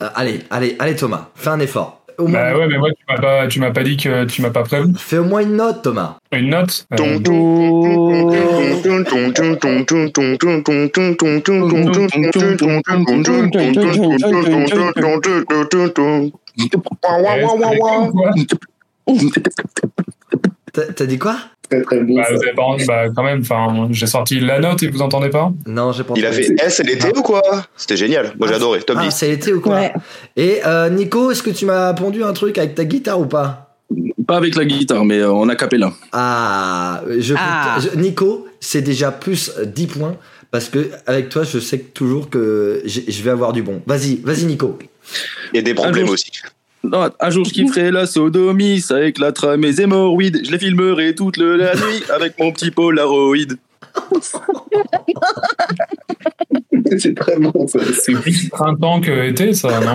Speaker 3: Euh, allez, allez, allez, Thomas, fais un effort. Au moins,
Speaker 6: Bah ouais, mais moi, tu m'as pas, tu m'as pas dit que tu m'as pas prévu.
Speaker 3: Fais au moins une note, Thomas.
Speaker 6: Une note Euh,
Speaker 3: T'as t'as dit quoi
Speaker 7: Très très bon.
Speaker 6: bah,
Speaker 7: ça.
Speaker 6: vous avez pas entendu- bah, quand même, enfin, j'ai sorti la note et vous entendez pas
Speaker 3: Non, j'ai pas
Speaker 5: Il a
Speaker 3: entendu.
Speaker 5: fait S et l'été ou quoi C'était génial. Moi j'ai adoré. Top
Speaker 3: Ah,
Speaker 5: 10.
Speaker 3: c'est l'été ou quoi
Speaker 4: Ouais.
Speaker 3: Et euh, Nico, est-ce que tu m'as pondu un truc avec ta guitare ou pas
Speaker 2: Pas avec la guitare, mais euh, en acapella.
Speaker 3: Ah, je,
Speaker 4: Ah.
Speaker 3: je- Nico, c'est déjà plus euh, 10 points parce que avec toi, je sais que toujours que j'ai- je vais avoir du bon. Vas-y, vas-y Nico.
Speaker 5: Et des problèmes
Speaker 2: jour-
Speaker 5: aussi.
Speaker 2: Non, un jour je kifferai la sodomie, ça éclatera mes hémorroïdes. Je les filmerai toute le- la nuit avec mon petit Polaroid.
Speaker 7: C'est très bon, ça.
Speaker 6: C'est plus printemps que été, ça, non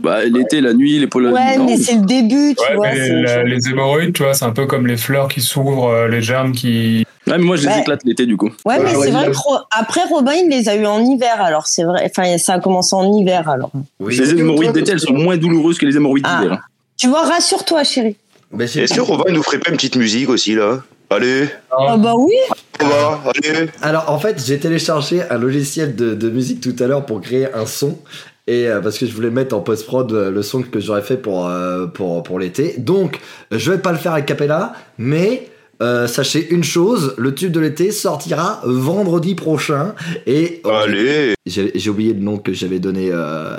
Speaker 2: Bah, l'été, la nuit, les pôles.
Speaker 4: Ouais,
Speaker 2: non.
Speaker 4: mais c'est le début, tu
Speaker 6: Euh, Ouais,
Speaker 4: vois.
Speaker 6: mais
Speaker 4: c'est-
Speaker 6: la- les hémorroïdes, tu vois, c'est un peu comme les fleurs qui s'ouvrent, euh, les germes qui.
Speaker 2: Ouais, Ah, mais moi, je les
Speaker 4: Ouais.
Speaker 2: éclate l'été, du coup.
Speaker 4: Ouais,
Speaker 7: Ouais,
Speaker 4: mais
Speaker 7: ouais,
Speaker 4: c'est vrai
Speaker 7: ouais.
Speaker 4: que Ro- après Robin, il les a eu en hiver, alors c'est vrai. Enfin, ça a commencé en hiver, alors.
Speaker 3: Oui.
Speaker 2: les hémorroïdes d'été, elles sont moins douloureuses que les hémorroïdes
Speaker 4: Ah.
Speaker 2: d'hiver.
Speaker 4: Tu vois, rassure-toi, chérie.
Speaker 3: Mais c'est-
Speaker 5: Est-ce que Robin il nous ferait pas une petite musique aussi là Allez,
Speaker 4: Ah bah oui.
Speaker 5: Robin, allez.
Speaker 3: Alors en fait, j'ai téléchargé un logiciel de, de musique tout à l'heure pour créer un son. Et euh, parce que je voulais mettre en post-prod euh, le son que j'aurais fait pour, euh, pour, pour l'été. Donc, je vais pas le faire à cappella, mais euh, sachez une chose, le tube de l'été sortira vendredi prochain. Et
Speaker 5: Allez.
Speaker 3: j'ai j'ai oublié le nom que j'avais donné. euh,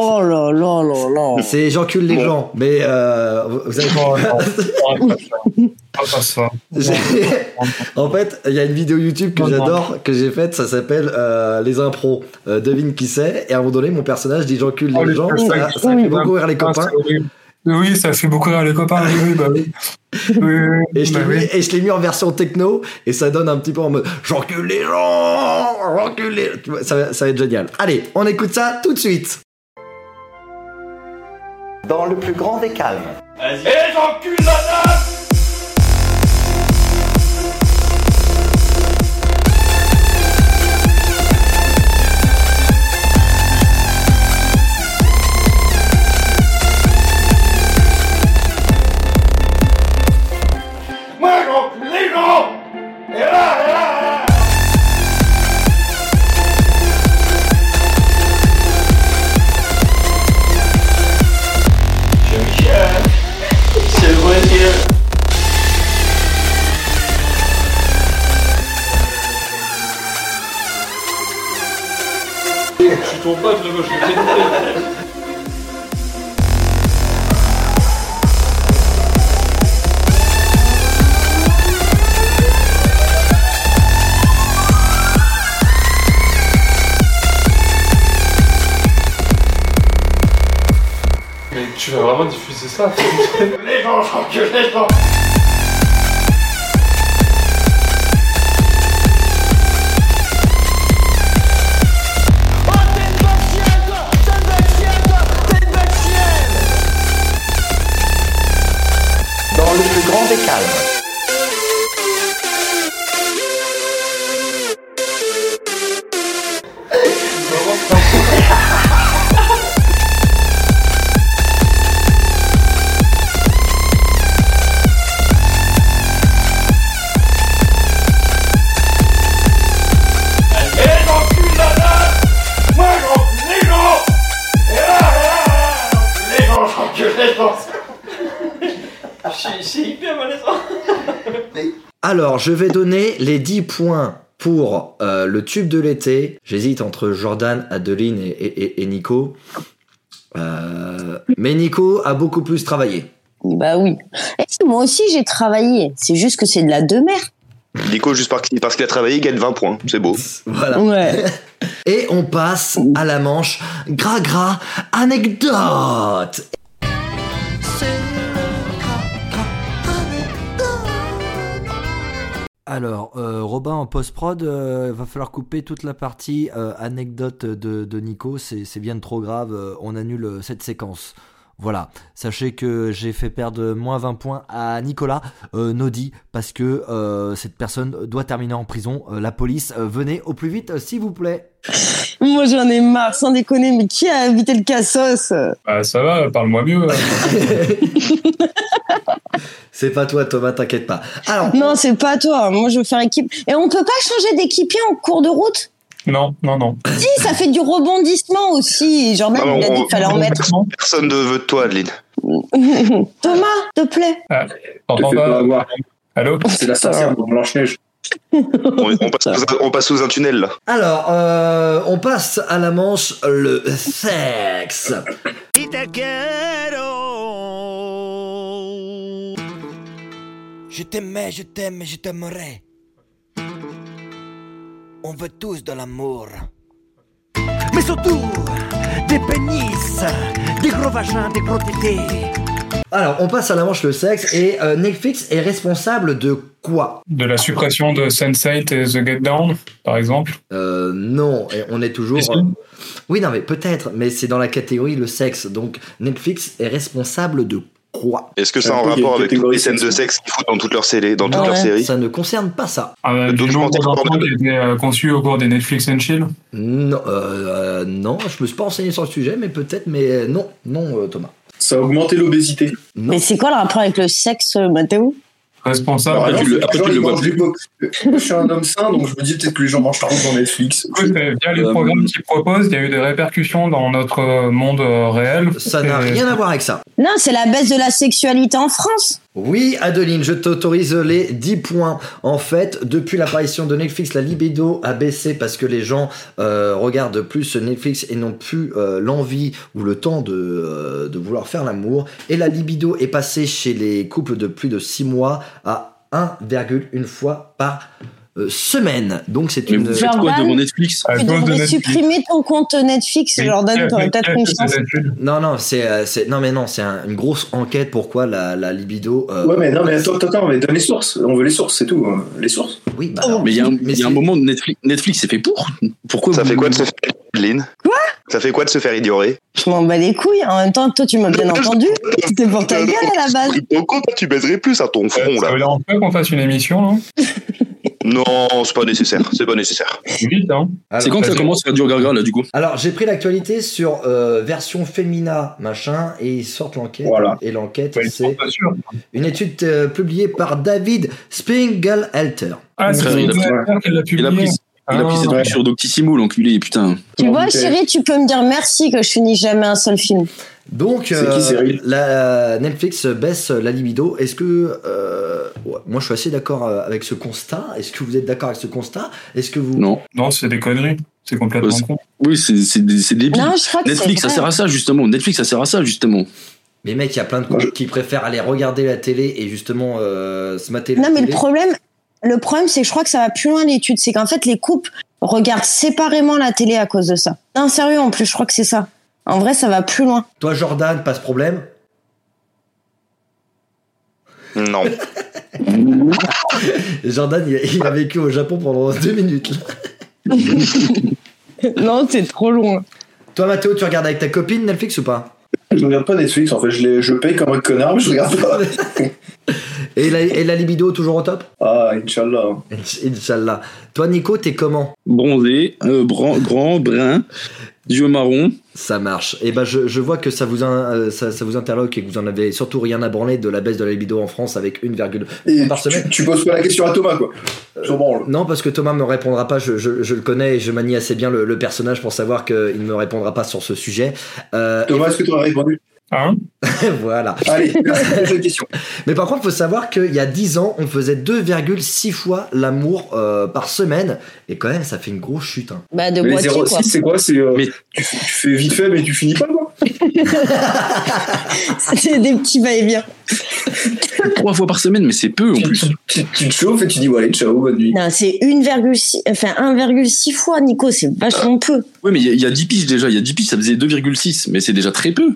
Speaker 4: Oh là là là là.
Speaker 3: C'est J'encule les
Speaker 5: Bon.
Speaker 3: gens. Mais euh, vous- vous avez
Speaker 6: Oh, non. Oh, pas ça. Oh, pas ça.
Speaker 3: J'ai- en fait, il y a une vidéo YouTube que
Speaker 6: Non, non.
Speaker 3: j'adore, que j'ai faite, ça s'appelle euh, Les impros. Euh, devine qui c'est. Et à un moment donné, mon personnage dit j'encule
Speaker 6: Oh,
Speaker 3: les
Speaker 6: le
Speaker 3: gens.
Speaker 6: truc,
Speaker 3: Ça,
Speaker 6: c'est-
Speaker 3: ça fait beaucoup rire les
Speaker 6: Ah, c'est
Speaker 3: copains.
Speaker 6: horrible. Oui, ça fait beaucoup rire les copains. Oui, oui, bah oui. Oui, oui,
Speaker 3: Et je
Speaker 6: bah
Speaker 3: l'ai
Speaker 6: oui.
Speaker 3: mis, et je l'ai mis en version techno. Et ça donne un petit peu en mode j'encule les gens, j'encule les. Tu vois, Ça, va- ça va être génial. Allez, on écoute ça tout de suite. Dans le plus grand des calmes.
Speaker 9: Mais tu vas vraiment diffuser ça
Speaker 3: Dans le plus grand des calmes. Alors, je vais donner les 10 points pour euh, le tube de l'été. J'hésite entre Jordan, Adeline et, et- et- et Nico. Euh, mais Nico a beaucoup plus travaillé.
Speaker 4: Bah oui. Et si, moi aussi, j'ai travaillé. C'est juste que c'est de la demeure.
Speaker 5: Nico, juste par- parce qu'il a travaillé, il gagne 20 points. C'est beau.
Speaker 3: Voilà.
Speaker 4: Ouais.
Speaker 3: Et on passe à la manche gras gras anecdote. Alors, euh, Robin en post-prod, euh, va falloir couper toute la partie euh, anecdote de, de Nico, c'est c'est bien trop grave, euh, on annule euh, cette séquence. Voilà, sachez que j'ai fait perdre moins 20 points à Nicolas euh, Naudi parce que euh, cette personne doit terminer en prison. Euh, la police, euh, venez au plus vite, euh, s'il vous plaît.
Speaker 4: moi, j'en ai marre, sans déconner. Mais qui a invité le cassos
Speaker 6: Bah, ça va, parle-moi mieux. euh.
Speaker 3: C'est pas toi, Thomas, t'inquiète pas. Alors,
Speaker 4: Non, c'est pas toi. Moi, je veux faire équipe. Et on peut pas changer d'équipier en cours de route
Speaker 6: Non, non, non.
Speaker 4: Si, ça fait du rebondissement aussi. Jordan,
Speaker 5: Ah,
Speaker 4: il a
Speaker 5: on-
Speaker 4: dit qu'il fallait en mettre.
Speaker 5: Personne ne veut de toi, Adeline.
Speaker 4: Thomas, te plaît.
Speaker 6: T'entends
Speaker 7: Je vais pas
Speaker 6: pas
Speaker 7: avoir.
Speaker 6: Allô
Speaker 7: C'est la sorcière de Blanche-Neige.
Speaker 5: On, on passe sous un- on passe sous un tunnel là.
Speaker 3: alors euh, on passe à la manche le sexe.
Speaker 1: Si te quiero.
Speaker 8: Je t'aimais, je t'aime et je t'aimerai. On veut tous de l'amour.
Speaker 1: Mais surtout, des pénis, des gros vagins, des gros tétés.
Speaker 3: Alors, on passe à la manche le sexe et euh, Netflix est responsable de quoi
Speaker 6: De la suppression de Sense8 et The Get Down, par exemple.
Speaker 3: Euh, Non, et on est toujours.
Speaker 6: Est-ce
Speaker 3: euh, Oui, non, mais peut-être, mais c'est dans la catégorie le sexe. Donc, Netflix est responsable de quoi
Speaker 5: Est-ce que ça a en
Speaker 9: Ah, oui, il y a
Speaker 5: rapport
Speaker 9: une
Speaker 5: avec toutes les
Speaker 9: catégorie
Speaker 5: scènes de
Speaker 9: sexuelle.
Speaker 5: sexe qu'ils foutent dans toute leur série, dans toute
Speaker 4: Ah
Speaker 5: leur
Speaker 4: ouais.
Speaker 5: série
Speaker 3: Ça ne concerne pas ça.
Speaker 6: Un
Speaker 5: Le
Speaker 6: du nombre
Speaker 5: documentaire
Speaker 6: d'enfants
Speaker 5: porno.
Speaker 6: qui a été euh, conçu au cours des Netflix and Chill.
Speaker 3: Non, euh, euh, non, je me suis pas renseigné sur le sujet, mais peut-être, mais euh, non, non, euh, Thomas.
Speaker 7: Ça a augmenté l'obésité.
Speaker 3: Non.
Speaker 4: Mais c'est quoi le rapport avec le sexe, euh, Mathéo
Speaker 6: Responsable.
Speaker 7: Alors,
Speaker 2: après,
Speaker 7: non,
Speaker 2: tu le-
Speaker 7: les
Speaker 2: après,
Speaker 7: gens,
Speaker 2: tu le
Speaker 7: ils
Speaker 2: vois
Speaker 7: mangent
Speaker 2: plus.
Speaker 7: du box. Je suis un homme sain, donc je me dis peut-être que les gens mangent trop dans Netflix.
Speaker 6: Du coup, c'est via les
Speaker 2: Euh,
Speaker 6: programmes qu'ils proposent, il y a eu des répercussions dans notre euh, monde euh, réel.
Speaker 3: Ça n'a
Speaker 6: Et-
Speaker 3: rien à voir avec ça.
Speaker 4: Non, c'est la baisse de la sexualité en France.
Speaker 3: Oui, Adeline, je t'autorise les 10 points. En fait, depuis l'apparition de Netflix, la libido a baissé parce que les gens euh, regardent plus Netflix et n'ont plus euh, l'envie ou le temps de, euh, de vouloir faire l'amour. Et la libido est passée chez les couples de plus de 6 mois à 1,1 fois par euh, semaine. Donc c'est
Speaker 2: Mais
Speaker 3: une...
Speaker 2: vous faites quoi
Speaker 4: Jordan
Speaker 2: devant Netflix
Speaker 6: à
Speaker 4: Tu
Speaker 6: cause de
Speaker 4: devrais
Speaker 6: Netflix.
Speaker 4: supprimer ton compte Netflix,
Speaker 6: Mais qui
Speaker 4: Jordan,
Speaker 6: a-
Speaker 4: t'aurais
Speaker 6: mais
Speaker 4: peut-être
Speaker 6: qui a fait
Speaker 4: conscience.
Speaker 6: ces études
Speaker 3: Non, non, c'est, euh, c'est... Non, mais non, c'est un- une grosse enquête pourquoi la, la libido... euh,
Speaker 7: Ouais, mais non, mais attends, attends, mais donne les sources. On veut les sources, c'est tout. hein. Les sources.
Speaker 3: Oui, bah,
Speaker 2: Mais il y a un, il y a un
Speaker 3: c'est-
Speaker 2: moment, Netflix, Netflix s'est fait pour. Pourquoi
Speaker 5: Ça
Speaker 2: vous-
Speaker 5: fait quoi de se faire Lynn
Speaker 4: Quoi
Speaker 5: Ça fait quoi de se faire ignorer
Speaker 4: Je m'en bats les couilles. hein. En même temps, toi, tu m'as bien entendu. C'était pour ta gueule à la base.
Speaker 5: Ton compte, tu baiserais plus à ton front,
Speaker 6: euh, Ça
Speaker 5: là.
Speaker 6: veut dire un peu qu'on fasse une émission, hein. non
Speaker 5: Non, c'est pas nécessaire. C'est pas nécessaire.
Speaker 6: Vite, hein
Speaker 3: Ah,
Speaker 2: C'est quand que ça commence à faire du gargara là du coup
Speaker 3: Alors j'ai pris l'actualité sur euh, version Femina machin et ils sortent l'enquête
Speaker 7: Voilà.
Speaker 3: et l'enquête
Speaker 6: Ouais,
Speaker 3: c'est
Speaker 6: pas sûr.
Speaker 3: une étude euh, publiée par David Spiegelhalter.
Speaker 6: Ah, c'est
Speaker 2: Frère,
Speaker 6: une
Speaker 2: il a pris-
Speaker 6: affaire qu'elle a
Speaker 2: Il a
Speaker 6: publiée.
Speaker 2: pris, il a pris ses
Speaker 6: Ah,
Speaker 2: trucs sur Doctissimo l'enculé putain.
Speaker 4: Tu
Speaker 7: Comment
Speaker 4: vois,
Speaker 7: t'es-
Speaker 4: Chérie, tu peux me dire merci que je finis jamais un seul film.
Speaker 3: Donc
Speaker 7: C'est qui,
Speaker 3: euh,
Speaker 7: Cyril
Speaker 3: la Netflix baisse la libido. Est-ce que euh, ouais, moi je suis assez d'accord euh, avec ce constat. Est-ce que vous êtes d'accord avec ce constat Est-ce que vous
Speaker 2: Non.
Speaker 6: Non, c'est des conneries. C'est complètement
Speaker 2: Ouais,
Speaker 6: con.
Speaker 2: Oui c'est c'est des- c'est débile.
Speaker 4: Non, je crois que
Speaker 2: Netflix ça
Speaker 4: c'est vrai.
Speaker 2: sert à ça justement. Netflix ça sert à ça justement.
Speaker 3: Mais mec, il y a plein de couples qui préfèrent aller regarder la télé et justement euh, se mater. la
Speaker 4: Non, mais le
Speaker 3: télé.
Speaker 4: problème, le problème, c'est que je crois que ça va plus loin l'étude. C'est qu'en fait, les couples regardent séparément la télé à cause de ça. Non, sérieux, en plus, je crois que c'est ça. En vrai, ça va plus loin.
Speaker 3: Toi Jordan, pas ce problème.
Speaker 5: Non.
Speaker 4: Ah
Speaker 3: Jordan, il a, il a vécu au Japon pendant deux minutes.
Speaker 4: non, c'est trop loin.
Speaker 3: Toi, Mathéo, tu regardes avec ta copine Netflix ou pas
Speaker 7: Je regarde pas Netflix, en fait, je, les- je paye comme un connard, mais je regarde pas.
Speaker 3: et la, et la libido toujours au top
Speaker 7: Ah, Inch'Allah.
Speaker 3: Inch- Inch'Allah. Toi, Nico, t'es comment
Speaker 2: Bronzé, euh, bran- grand, brun, yeux marron.
Speaker 3: Ça marche. Et ben, je, je vois que ça vous, in- euh, ça, ça vous interloque et que vous en avez surtout rien à branler de la baisse de la libido en France avec 1,2.
Speaker 7: Et
Speaker 3: Par
Speaker 7: tu,
Speaker 3: semaine.
Speaker 7: tu poses pas la question à Thomas, quoi. Euh, Je m'en branle.
Speaker 3: Non, parce que Thomas me répondra pas. Je, je- je le connais et je manie assez bien le, le personnage pour savoir qu'il ne me répondra pas sur ce sujet. Euh,
Speaker 7: Thomas, est-ce que tu aurais répondu
Speaker 6: Hein
Speaker 3: voilà.
Speaker 7: Allez, prochaine question.
Speaker 3: Mais par contre, faut savoir qu'il y a 10 ans, on faisait 2,6 fois l'amour euh, par semaine. Et quand même, ça fait une grosse chute. hein.
Speaker 4: Bah, de
Speaker 7: Mais
Speaker 4: moitié, quoi.
Speaker 7: 06, c'est quoi C'est euh,
Speaker 2: Mais-
Speaker 7: tu, fais- tu fais vite fait, mais tu finis pas, quoi.
Speaker 4: C'est des petits va-et-vient.
Speaker 2: Trois fois par semaine mais c'est peu en
Speaker 7: Tu,
Speaker 2: plus.
Speaker 7: tu- tu- tu te chauffes et tu dis, bon, allez, ciao, bonne nuit.
Speaker 4: Non, c'est 1,6, enfin 1,6 fois, Nico, c'est vachement peu.
Speaker 2: Oui mais il y a- il y, a 10 piges déjà. Il y a 10 piges ça faisait 2,6 mais c'est déjà très peu.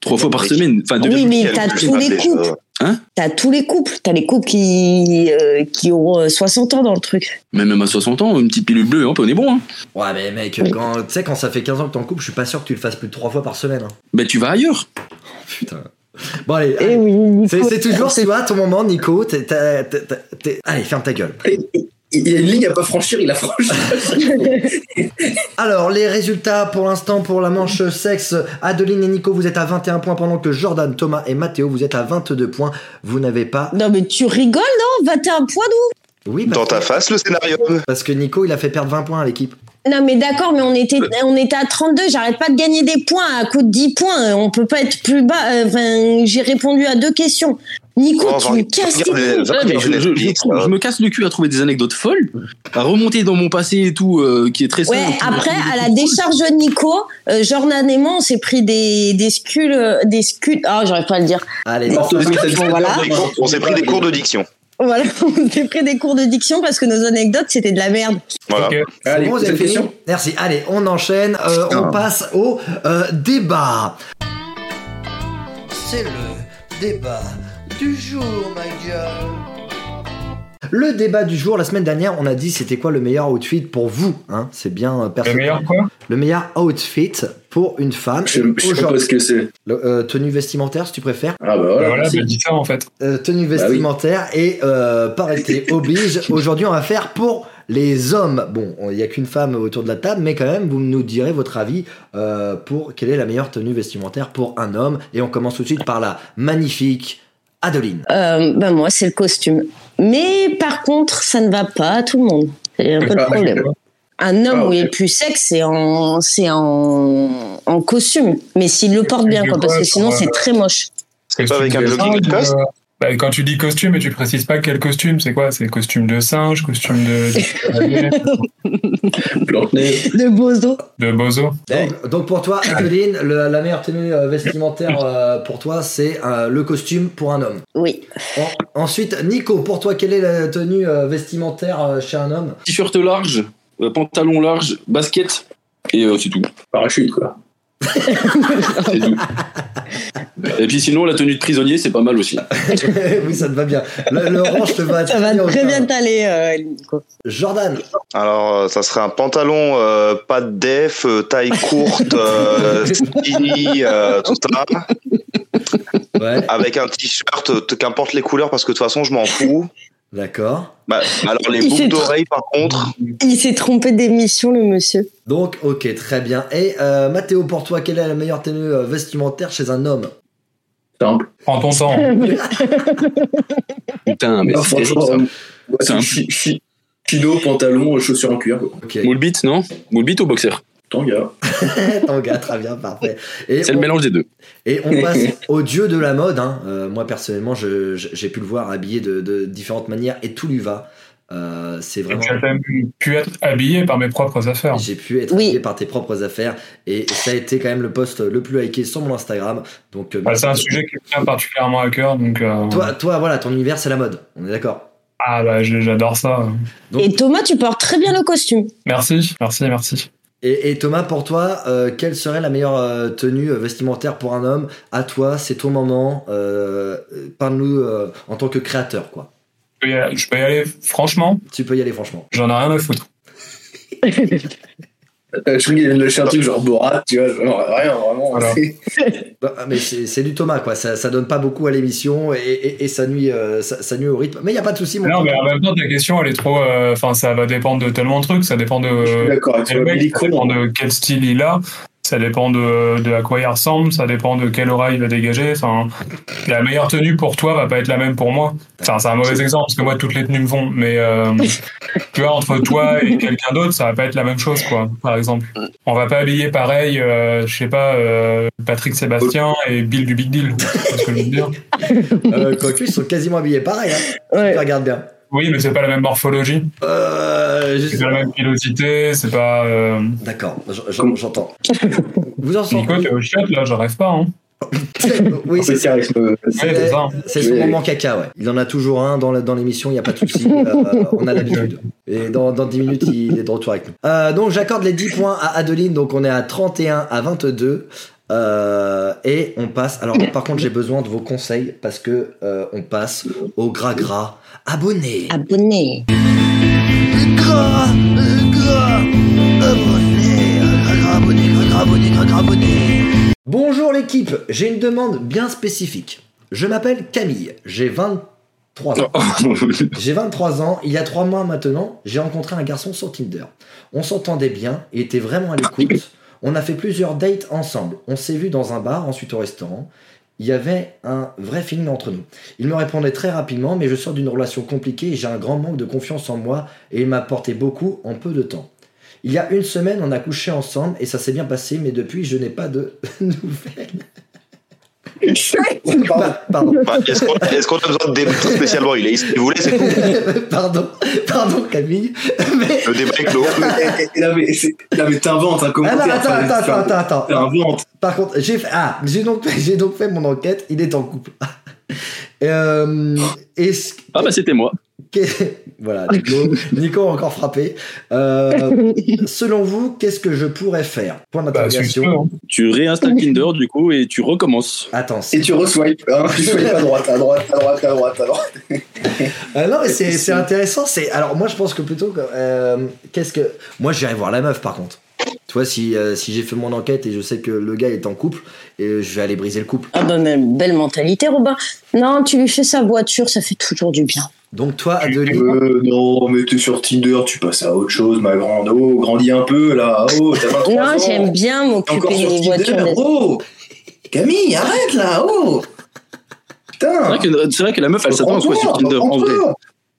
Speaker 2: Trois fois par semaine.
Speaker 5: Ah
Speaker 2: Enfin
Speaker 4: Oui,
Speaker 2: 2,6.
Speaker 4: mais
Speaker 5: Quel
Speaker 4: t'as
Speaker 5: coup,
Speaker 4: tous les
Speaker 5: déjà.
Speaker 4: couples.
Speaker 2: Hein
Speaker 4: T'as tous les couples. T'as les couples qui, euh, qui ont euh, 60 ans dans le truc.
Speaker 2: Mais même à 60 ans une petite pilule bleue hop on est bon. Hein.
Speaker 3: Ouais, mais mec, quand, tu sais, quand ça fait 15 ans que t'es en couple, je suis pas sûr que tu le fasses plus de 3 fois par semaine. hein.
Speaker 2: Ben tu vas ailleurs.
Speaker 3: Putain. Bon, allez.
Speaker 4: Eh
Speaker 3: allez.
Speaker 4: oui, Nico.
Speaker 3: C'est c'est toujours, tu vois, ton moment, Nico. t'es- t'as- t'as- t'as- t'es- Allez, ferme ta gueule.
Speaker 7: Il y a une ligne à pas franchir, il a franchi.
Speaker 3: Alors, les résultats pour l'instant pour la manche sexe. Adeline et Nico, vous êtes à 21 points, pendant que Jordan, Thomas et Mathéo, vous êtes à 22 points. Vous n'avez pas.
Speaker 4: Non, mais tu rigoles, non 21 points,
Speaker 3: Oui, parce,
Speaker 5: Dans ta face, le scénario.
Speaker 3: parce que Nico, il a fait perdre 20 points à l'équipe.
Speaker 4: Non, mais d'accord, mais on était, on était à 32. J'arrête pas de gagner des points à coup de 10 points. On peut pas être plus bas. Euh, Enfin, j'ai répondu à deux questions. Nico,
Speaker 5: Oh,
Speaker 4: tu
Speaker 5: va-
Speaker 4: me casses tes
Speaker 5: regardez,
Speaker 4: couilles.
Speaker 5: va-
Speaker 2: Ouais, mais Ah, je, je- je- je- je me casse le cul à trouver des anecdotes folles, à remonter dans mon passé et tout, euh, qui est très
Speaker 4: Ouais,
Speaker 2: simple.
Speaker 4: après, à la décharge de Nico, euh, Jordan et moi, on s'est pris des, des scules, euh, des scules. Ah, j'arrive pas à le dire.
Speaker 3: Allez,
Speaker 7: Porte pas cette
Speaker 4: Bon, voilà.
Speaker 5: On s'est pris des cours de diction.
Speaker 4: Voilà, on s'est pris des cours de diction parce que nos anecdotes, c'était de la merde.
Speaker 5: Voilà.
Speaker 6: Ok.
Speaker 7: Allez,
Speaker 3: Bon, vous
Speaker 7: prochaine
Speaker 3: avez fini
Speaker 7: question.
Speaker 3: Merci. Allez, on enchaîne. Euh, on passe au euh, débat. C'est le débat du jour, ma gueule. Le débat du jour, la semaine dernière, on a dit c'était quoi le meilleur outfit pour vous. Hein c'est bien euh,
Speaker 6: Le
Speaker 3: personnel.
Speaker 6: meilleur quoi Bah,
Speaker 3: Le meilleur outfit pour une femme.
Speaker 7: Je je sais pas
Speaker 3: Aujourd'hui-
Speaker 7: ce que c'est.
Speaker 3: Le, euh, tenue vestimentaire, si tu préfères.
Speaker 7: Ah bah
Speaker 6: Bah
Speaker 7: voilà.
Speaker 6: Voilà,
Speaker 3: merci.
Speaker 6: bah, dis ça en fait.
Speaker 3: Euh, tenue vestimentaire et euh, parité oblige. Aujourd'hui, on va faire pour les hommes. Bon, il n'y a qu'une femme autour de la table, mais quand même, vous nous direz votre avis euh, pour quelle est la meilleure tenue vestimentaire pour un homme. Et on commence tout de suite par la magnifique Adeline.
Speaker 4: Euh, ben moi, c'est le costume. Mais par contre, ça ne va pas à tout le monde. C'est un peu le problème. Un homme
Speaker 7: Ah,
Speaker 4: où
Speaker 7: ok.
Speaker 4: il est plus sec, c'est en, c'est en, en costume. Mais s'il le porte
Speaker 6: tu
Speaker 4: bien,
Speaker 6: dis
Speaker 4: quoi,
Speaker 6: quoi,
Speaker 4: parce que sinon,
Speaker 6: genre,
Speaker 4: c'est
Speaker 6: euh,
Speaker 4: très moche.
Speaker 6: C'est
Speaker 5: pas avec un
Speaker 6: costume de
Speaker 5: jogging
Speaker 6: singe,
Speaker 5: Lacoste
Speaker 6: euh, bah, Quand tu dis costume et tu précises pas quel costume, c'est quoi C'est costume de singe, costume de, ben.
Speaker 7: Plante-nez.
Speaker 4: De bozo.
Speaker 6: de bozo
Speaker 3: Donc, donc pour toi, Adeline, le- la meilleure tenue euh, vestimentaire euh, pour toi, c'est euh, le costume pour un homme.
Speaker 4: Oui.
Speaker 3: En- ensuite, Nico, pour toi, quelle est la tenue euh, vestimentaire euh, chez un homme
Speaker 2: T-shirt large, euh, pantalon large, basket, et euh, c'est tout.
Speaker 7: Parachute quoi.
Speaker 2: C'est tout. Et puis sinon, la tenue de prisonnier, c'est pas mal aussi.
Speaker 3: Oui, ça te va bien. Le, le orange te va
Speaker 4: Ça va très bien t'aller, euh, Nico.
Speaker 3: Jordan,
Speaker 5: Alors, euh, ça serait un pantalon euh, pas de def, euh, taille courte, euh, skinny, euh, tout ça,
Speaker 3: Ouais,
Speaker 5: avec un t-shirt, euh, qu'importe les couleurs, parce que de toute façon, je m'en fous.
Speaker 3: d'accord.
Speaker 5: Bah, alors, les
Speaker 4: Il fait
Speaker 5: boucles
Speaker 4: trop-
Speaker 5: d'oreilles, par contre,
Speaker 4: Il s'est trompé d'émission, le monsieur.
Speaker 3: Donc, ok, très bien. Et euh, Mathéo, pour toi, quelle est la meilleure tenue euh, vestimentaire chez un homme
Speaker 7: Simple.
Speaker 6: Prends ton temps.
Speaker 2: Putain, mais
Speaker 7: Ah,
Speaker 2: c'est
Speaker 7: franchement,
Speaker 2: terrible, ça.
Speaker 7: euh, ouais,
Speaker 2: Simple.
Speaker 7: chi- chi- Chino, pantalon, euh, chaussures en cuir. Euh, quoi.
Speaker 3: Ok,
Speaker 2: Moulbit, non Moulbit ou boxer
Speaker 7: Tanga.
Speaker 3: tanga, très bien, parfait. Et
Speaker 2: C'est
Speaker 3: on,
Speaker 2: le mélange des deux.
Speaker 3: et on passe au dieu de la mode. hein. Euh, moi, personnellement, je- je- j'ai pu le voir habillé de, de différentes manières et tout lui va. Euh, C'est
Speaker 6: Et
Speaker 3: vraiment.
Speaker 6: tu as même pu être habillé par mes propres affaires.
Speaker 3: J'ai pu être
Speaker 4: Oui.
Speaker 3: habillé par tes propres affaires et ça a été quand même le post le plus liké sur mon Instagram. Donc, euh,
Speaker 6: Bah, c'est un sujet qui me tient particulièrement à cœur, donc euh,
Speaker 3: Toi, toi, voilà, ton univers, c'est la mode. On est d'accord.
Speaker 6: ah bah je- j'adore ça.
Speaker 3: Donc-
Speaker 4: Et Thomas, tu portes très bien le costume.
Speaker 6: Merci, merci, merci.
Speaker 3: Et, et Thomas, pour toi, euh, quelle serait la meilleure euh, tenue euh, vestimentaire pour un homme À toi, c'est ton moment. Euh, euh, Parle-nous euh, en tant que créateur, quoi.
Speaker 6: Je peux y aller, je peux y aller, franchement,
Speaker 3: Tu peux y aller, franchement.
Speaker 6: j'en ai rien à foutre.
Speaker 7: Euh, Je crois qu'il vient de lâcher un truc genre Borat, tu vois, genre euh, rien, vraiment.
Speaker 6: Voilà.
Speaker 3: Bah, mais c'est c'est du Thomas, quoi. Ça, ça donne pas beaucoup à l'émission et, et- et ça, nuit, euh, ça, ça nuit au rythme. Mais il y a pas de souci, mon
Speaker 6: Non mais
Speaker 3: Thomas.
Speaker 6: en même temps ta question elle est trop, euh, enfin ça va dépendre de tellement de trucs, ça dépend de,
Speaker 7: Je suis d'accord avec
Speaker 6: Euh, Et
Speaker 7: toi.
Speaker 6: le mec,
Speaker 7: Il est
Speaker 6: ça dépend
Speaker 7: con. hein.
Speaker 6: de quel style il a, ça dépend de, de à quoi il ressemble, ça dépend de quelle aura il va dégager. Enfin, la meilleure tenue pour toi va pas être la même pour moi. Enfin, c'est un mauvais exemple parce que moi toutes les tenues me vont, mais euh, tu vois entre toi et quelqu'un d'autre, ça va pas être la même chose, quoi. Par exemple, on va pas habiller pareil, euh, je sais pas, euh, Patrick Sébastien et Bill du Big Deal. C'est ce que je veux dire.
Speaker 3: Euh, Quoique, ils sont quasiment habillés pareil. Hein.
Speaker 4: Ouais.
Speaker 3: Tu regardes bien.
Speaker 6: Oui, mais c'est pas la même morphologie,
Speaker 3: Euh, je-
Speaker 6: c'est pas la même pilosité, c'est pas. Euh...
Speaker 3: D'accord, j'en- j'en- j'entends. Vous en
Speaker 6: Nico,
Speaker 3: sortez
Speaker 6: t'es au chiotte là, j'en rêve pas. Hein.
Speaker 3: Oui, c'est
Speaker 7: C'est sérieux, je me-
Speaker 6: Ouais, c'est ça.
Speaker 3: C'est son
Speaker 7: Oui.
Speaker 3: moment caca, ouais. Il en a toujours un dans la- dans l'émission, il n'y a pas de souci. euh, on a l'habitude. Et dans, dans 10 minutes, il est de retour avec nous. Euh, donc, j'accorde les 10 points à Adeline. Donc, on est à 31 à 22. Euh, et on passe. Alors, par contre, j'ai besoin de vos conseils parce que euh, on passe au gras gras abonné.
Speaker 4: Abonné.
Speaker 3: Gras, gras, abonné, gras, gras, abonné, gras, gras, abonné, gras, gras, abonné. Bonjour l'équipe, j'ai une demande bien spécifique. Je m'appelle Camille, j'ai 23 ans. J'ai 23 ans, il y a 3 mois maintenant, j'ai rencontré un garçon sur Tinder. On s'entendait bien, il était vraiment à l'écoute. On a fait plusieurs dates ensemble. On s'est vu dans un bar, ensuite au restaurant. Il y avait un vrai feeling entre nous. Il me répondait très rapidement, mais je sors d'une relation compliquée et j'ai un grand manque de confiance en moi et il m'a apporté beaucoup en peu de temps. Il y a une semaine, on a couché ensemble et ça s'est bien passé, mais depuis, je n'ai pas de nouvelles.
Speaker 7: Pardon.
Speaker 3: Pa- Pardon.
Speaker 5: bah, est-ce qu'on est-ce qu'on a besoin de débattre spécialement Il est ici, si vous voulez, c'est tout.
Speaker 3: pardon, pardon Camille. Mais...
Speaker 5: Le débat est clos.
Speaker 7: Et Là, mais c'est- là, mais t'inventes un
Speaker 3: Ah non,
Speaker 7: commentaire.
Speaker 3: attends, attends, attends, attends, attends.
Speaker 7: T'inventes.
Speaker 3: Par contre, j'ai fait, ah, j'ai donc, j'ai donc fait mon enquête, il est en couple. Euh, est-ce-
Speaker 2: Ah bah c'était moi.
Speaker 3: Qu'est- Voilà, Nico, Nico a encore frappé. Euh, selon vous, qu'est-ce que je pourrais faire Point
Speaker 6: Bah, celui qui
Speaker 3: d'interrogation.
Speaker 6: peut, hein.
Speaker 2: Tu réinstalles Tinder du coup et tu recommences.
Speaker 3: Attends. c'est-
Speaker 7: Et tu re-swipe, hein, tu swipes à droite, à droite, à droite, à droite, à droite.
Speaker 3: Euh, non, mais c'est c'est intéressant. C'est alors moi je pense que plutôt que euh, qu'est-ce que moi j'irai voir la meuf par contre. Tu vois si euh, si j'ai fait mon enquête et je sais que le gars est en couple et euh, je vais aller briser le couple.
Speaker 4: Ah bah, mais belle mentalité, Robin. Non, tu lui fais sa voiture, ça fait toujours du bien.
Speaker 3: Donc toi Adeline,
Speaker 7: Euh, non, mais t'es sur Tinder, tu passes à autre chose, ma grande. Oh, grandis un peu, là. Oh, t'as 23 ans.
Speaker 4: Non, j'aime bien
Speaker 7: T'es Encore
Speaker 4: m'occuper
Speaker 7: sur
Speaker 4: des
Speaker 7: Tinder.
Speaker 4: voitures. des-
Speaker 7: Oh Camille, arrête, là. Oh
Speaker 2: C'est vrai
Speaker 7: Putain
Speaker 2: que, c'est vrai que la meuf, elle s'attend à quoi sur
Speaker 7: Reprends-toi,
Speaker 2: Tinder en vrai
Speaker 7: reprends-toi.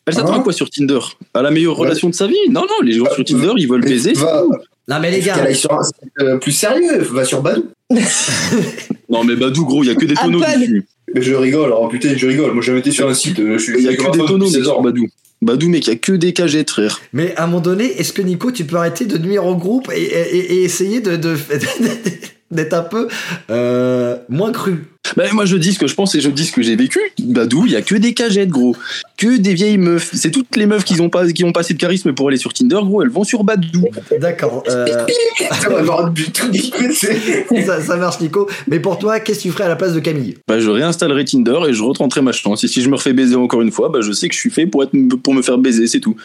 Speaker 2: Elle s'attend à
Speaker 7: Hein
Speaker 2: quoi sur Tinder À la meilleure
Speaker 7: Ouais.
Speaker 2: relation de sa vie Non, non, les gens sur Tinder, ils veulent baiser.
Speaker 7: Va,
Speaker 3: non mais les gars,
Speaker 7: qu'elle aille sur un site euh, plus sérieux, va sur Badou.
Speaker 2: Non, mais Badou, gros, il y a que des tonneaux
Speaker 4: Apple.
Speaker 2: dessus.
Speaker 7: Mais je rigole, oh putain, je rigole. Moi, j'ai jamais été sur un site. euh, Je suis
Speaker 2: Il y a
Speaker 7: je suis
Speaker 2: que des
Speaker 7: un peu
Speaker 2: tonneaux
Speaker 7: depuis
Speaker 2: mec,
Speaker 7: 16
Speaker 2: sur
Speaker 7: ans.
Speaker 2: Badou. Badou, mec, il y a que des cagettes, frère.
Speaker 3: mais à un moment donné, est-ce que Nico tu peux arrêter de nuire au groupe et, et- et essayer de, de- d'être un peu euh, moins cru.
Speaker 2: Bah, moi, je dis ce que je pense et je dis ce que j'ai vécu. Badou, il y a que des cagettes, gros. Que des vieilles meufs. C'est toutes les meufs qui ont, pas, qui ont passé de charisme pour aller sur Tinder, gros, elles vont sur Badou.
Speaker 3: D'accord, euh,
Speaker 7: Ça va avoir du tout dégoûté.
Speaker 3: ça, ça marche Nico. Mais pour toi, qu'est-ce que tu ferais à la place de Camille
Speaker 2: Bah, je réinstallerai Tinder et je retenterai ma chance. Et si je me refais baiser encore une fois, bah, je sais que je suis fait pour, être, pour me faire baiser, c'est tout.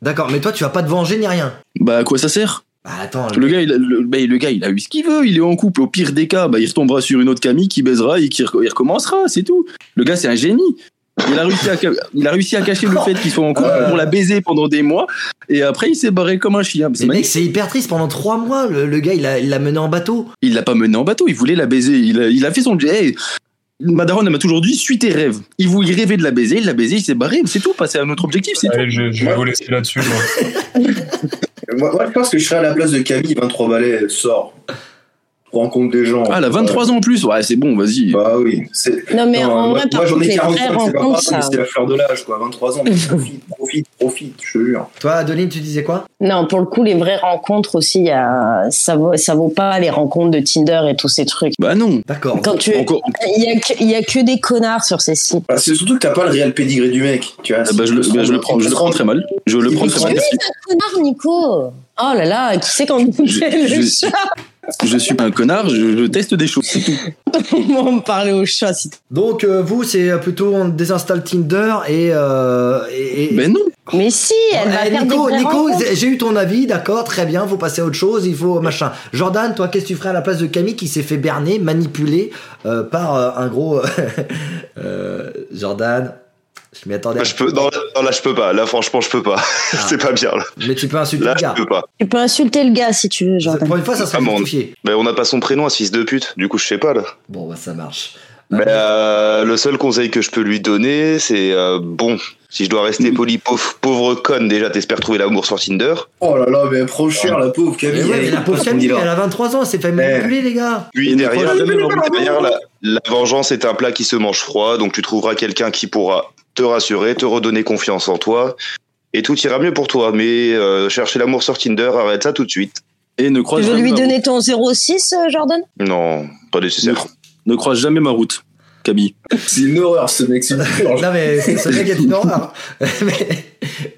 Speaker 3: D'accord, mais toi tu vas pas te venger ni rien.
Speaker 2: Bah, à quoi ça sert
Speaker 3: Bah attends,
Speaker 2: le gars, il a, le, bah, le gars, il a eu ce qu'il veut. Il est en couple. Au pire des cas, bah, il retombera sur une autre Camille qui baisera et qui re- il recommencera, c'est tout. Le gars, c'est un génie. Il a, réussi à, ca- il a réussi à cacher le fait qu'il soit en couple
Speaker 3: Euh.
Speaker 2: pour la baiser pendant des mois. Et après, il s'est barré comme un chien. C'est
Speaker 3: Mais mec,
Speaker 2: magnifique.
Speaker 3: c'est hyper triste. Pendant trois mois, le, le gars, il l'a il l'a mené en bateau.
Speaker 2: Il l'a pas mené en bateau, il voulait la baiser. Il a, il a fait son Hey, ma daronne, elle m'a toujours dit suis tes rêves. Il voulait rêver de la baiser, il l'a baisé, il s'est barré, c'est tout, passer à un autre objectif, c'est tout.
Speaker 6: Allez, je, je vais vous laisser là-dessus. moi.
Speaker 7: Moi, moi, je pense que je serais à la place de Camille, 23 balais, sors. Rencontre des gens.
Speaker 2: Ah, elle a 23 ans en plus, ouais, c'est bon, vas-y.
Speaker 7: Bah oui. c'est-
Speaker 4: Non, mais
Speaker 7: Non,
Speaker 4: en
Speaker 7: moi,
Speaker 4: vrai, par
Speaker 7: moi, j'en
Speaker 4: contre,
Speaker 7: ai
Speaker 4: les
Speaker 7: 45,
Speaker 4: vraies
Speaker 7: c'est pas
Speaker 4: rencontres,
Speaker 7: grave, mais
Speaker 4: ça.
Speaker 7: c'est la fleur de l'âge, quoi. 23 ans, profite, profite, profite, je te jure.
Speaker 3: Toi, Adeline, tu disais quoi
Speaker 4: Non, pour le coup, les vraies rencontres aussi, il y a- ça, vaut, ça vaut pas les rencontres de Tinder et tous ces trucs.
Speaker 2: Bah non.
Speaker 3: D'accord.
Speaker 4: Quand tu,
Speaker 2: Encore.
Speaker 4: il y a, que- il y a que des connards sur ces sites.
Speaker 7: Bah, c'est surtout que t'as pas le réel pédigré du mec. Tu vois,
Speaker 2: Ah bah, je, le, bah, je le prends, je le prends très mal. Je le prends très mal. merci.
Speaker 4: Connard, Nico. Oh là là, qui c'est quand
Speaker 2: Je-
Speaker 4: fait le
Speaker 2: je-
Speaker 4: chat
Speaker 2: Je suis pas un connard, je, je teste des choses. c'est tout.
Speaker 4: Comment me parler au chat si
Speaker 3: Donc, euh, vous, c'est plutôt on désinstalle Tinder et. Euh, et, et-
Speaker 2: Mais Ben non.
Speaker 4: Mais si, elle va
Speaker 3: Eh,
Speaker 4: faire
Speaker 3: Nico,
Speaker 4: des vraies
Speaker 3: Nico,
Speaker 4: rencontres.
Speaker 3: j'ai eu ton avis, d'accord, très bien, faut passer à autre chose, il faut machin. Jordan, toi, qu'est-ce que tu ferais à la place de Camille qui s'est fait berner, manipuler euh, par euh, un gros. euh, Jordan, je m'y attendais.
Speaker 5: Bah, Je peux, non, là- non, là, je peux pas. Là, franchement, je peux pas.
Speaker 4: Ah.
Speaker 5: C'est pas bien, là.
Speaker 3: Mais tu peux insulter
Speaker 5: Là,
Speaker 3: le gars.
Speaker 5: je peux pas.
Speaker 4: Tu peux insulter le gars si tu veux, Jordan.
Speaker 3: Pour une fois, ça serait
Speaker 5: Amende.
Speaker 3: justifié.
Speaker 5: Mais on n'a pas son prénom à ce fils de pute. Du coup, je sais pas, là.
Speaker 3: Bon, bah, ça marche.
Speaker 5: Mais euh, le seul conseil que je peux lui donner, c'est euh, bon, si je dois rester poli, pauvre, pauvre conne, déjà, t'espères trouver l'amour sur Tinder.
Speaker 7: Oh là là, mais elle prend cher,
Speaker 2: Ah.
Speaker 7: la pauvre
Speaker 3: Mais
Speaker 7: Camille.
Speaker 3: ouais,
Speaker 7: elle
Speaker 3: mais
Speaker 7: est
Speaker 3: la pauvre
Speaker 7: pas
Speaker 3: Camille,
Speaker 7: son
Speaker 3: elle a 23 ans, elle s'est fait manipuler, les gars.
Speaker 5: Puis
Speaker 2: Et
Speaker 5: derrière,
Speaker 2: des fois, jamais leur-
Speaker 5: derrière, la, la vengeance est un plat qui se mange froid, donc tu trouveras quelqu'un qui pourra te rassurer, te redonner confiance en toi, et tout ira mieux pour toi. Mais euh, chercher l'amour sur Tinder, arrête ça tout de suite.
Speaker 2: Et ne
Speaker 4: Tu
Speaker 2: croise
Speaker 4: veux
Speaker 2: jamais
Speaker 4: lui
Speaker 2: ma
Speaker 4: donner ton 06, euh, Jordan
Speaker 5: Non, pas
Speaker 2: route.
Speaker 5: nécessaire.
Speaker 2: Ne, ne croise jamais ma route, Camille.
Speaker 7: C'est une horreur, ce mec, c'est une purge.
Speaker 3: Non, mais ce ce mec est une horreur. mais,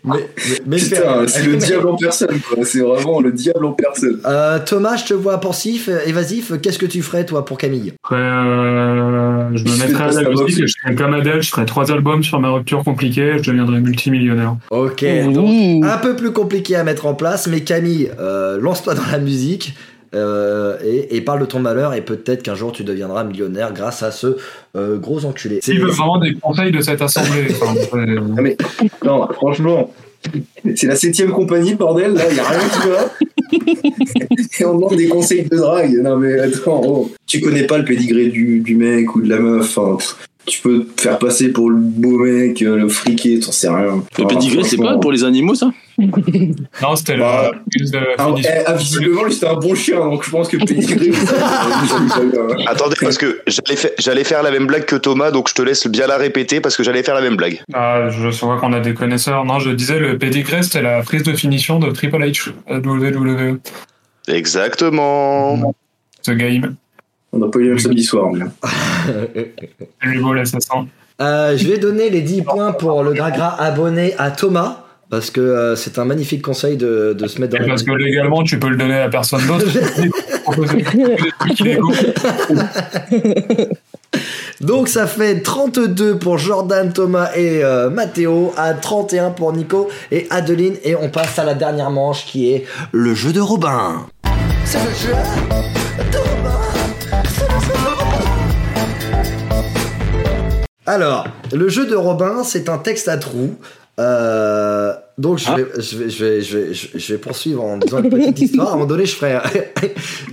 Speaker 3: mais, mais
Speaker 7: Putain, c'est le
Speaker 3: mais-
Speaker 7: diable en personne, quoi. C'est vraiment le diable en personne.
Speaker 3: Euh, Thomas, je te vois pensif, euh, évasif. Qu'est-ce que tu ferais, toi, pour Camille
Speaker 6: Après, euh, je me mettrais à la musique et je serais comme Adèle, je ferais trois albums sur ma rupture compliquée et je deviendrais multimillionnaire.
Speaker 3: Ok.
Speaker 4: Oui. Ah,
Speaker 3: Un peu plus compliqué à mettre en place, mais Camille, euh, lance-toi dans la musique euh, et, et parle de ton malheur et peut-être qu'un jour tu deviendras millionnaire grâce à ce euh, gros enculé.
Speaker 6: Il veut hein. vraiment des conseils de cette assemblée. Enfin, euh,
Speaker 7: Non, franchement, c'est la septième compagnie, bordel, là, il a rien qui va. Et on demande des conseils de drague. Non, mais attends, oh. tu connais pas le pédigré du, du mec ou de la meuf. hein. Pff, Tu peux te faire passer pour le beau mec, euh, le friqué, t'en sais rien.
Speaker 2: Le
Speaker 7: Ah,
Speaker 2: pédigré, c'est pas
Speaker 7: franchement.
Speaker 2: pour les animaux, ça
Speaker 6: Non, c'était
Speaker 7: Bah,
Speaker 6: la plus de la
Speaker 7: Ah,
Speaker 6: finition.
Speaker 7: eh, ah, visiblement, lui, c'était un bon chien, donc je pense que pédigré.
Speaker 5: Attendez, parce que j'allais fa- j'allais faire la même blague que Thomas, donc je te laisse bien la répéter parce que j'allais faire la même blague.
Speaker 6: Ah, je vois qu'on a des connaisseurs. Non, je disais, le pédigré, c'était la prise de finition de Triple H euh, à WWE.
Speaker 5: Exactement.
Speaker 6: E, The Game.
Speaker 7: on n'a pas eu le même samedi soir, mais.
Speaker 6: C'est lui beau l'assassin.
Speaker 3: Euh, je vais donner les 10 points pour le Gragra abonné à Thomas. Parce que euh, c'est un magnifique conseil de, de se mettre
Speaker 6: Et
Speaker 3: dans
Speaker 6: parce que légalement, tu peux le donner à personne d'autre.
Speaker 3: Donc ça fait 32 pour Jordan, Thomas et euh, Mathéo, à 31 pour Nico et Adeline. Et on passe à la dernière manche qui est le jeu de Robin. C'est le jeu de Robin. C'est le jeu de Robin. Alors, le jeu de Robin, c'est un texte à trous. Euh, donc je,
Speaker 2: Ah.
Speaker 3: vais, je, vais, je, vais, je, vais, je- je vais poursuivre en disant une petite histoire. À un moment donné, je ferai,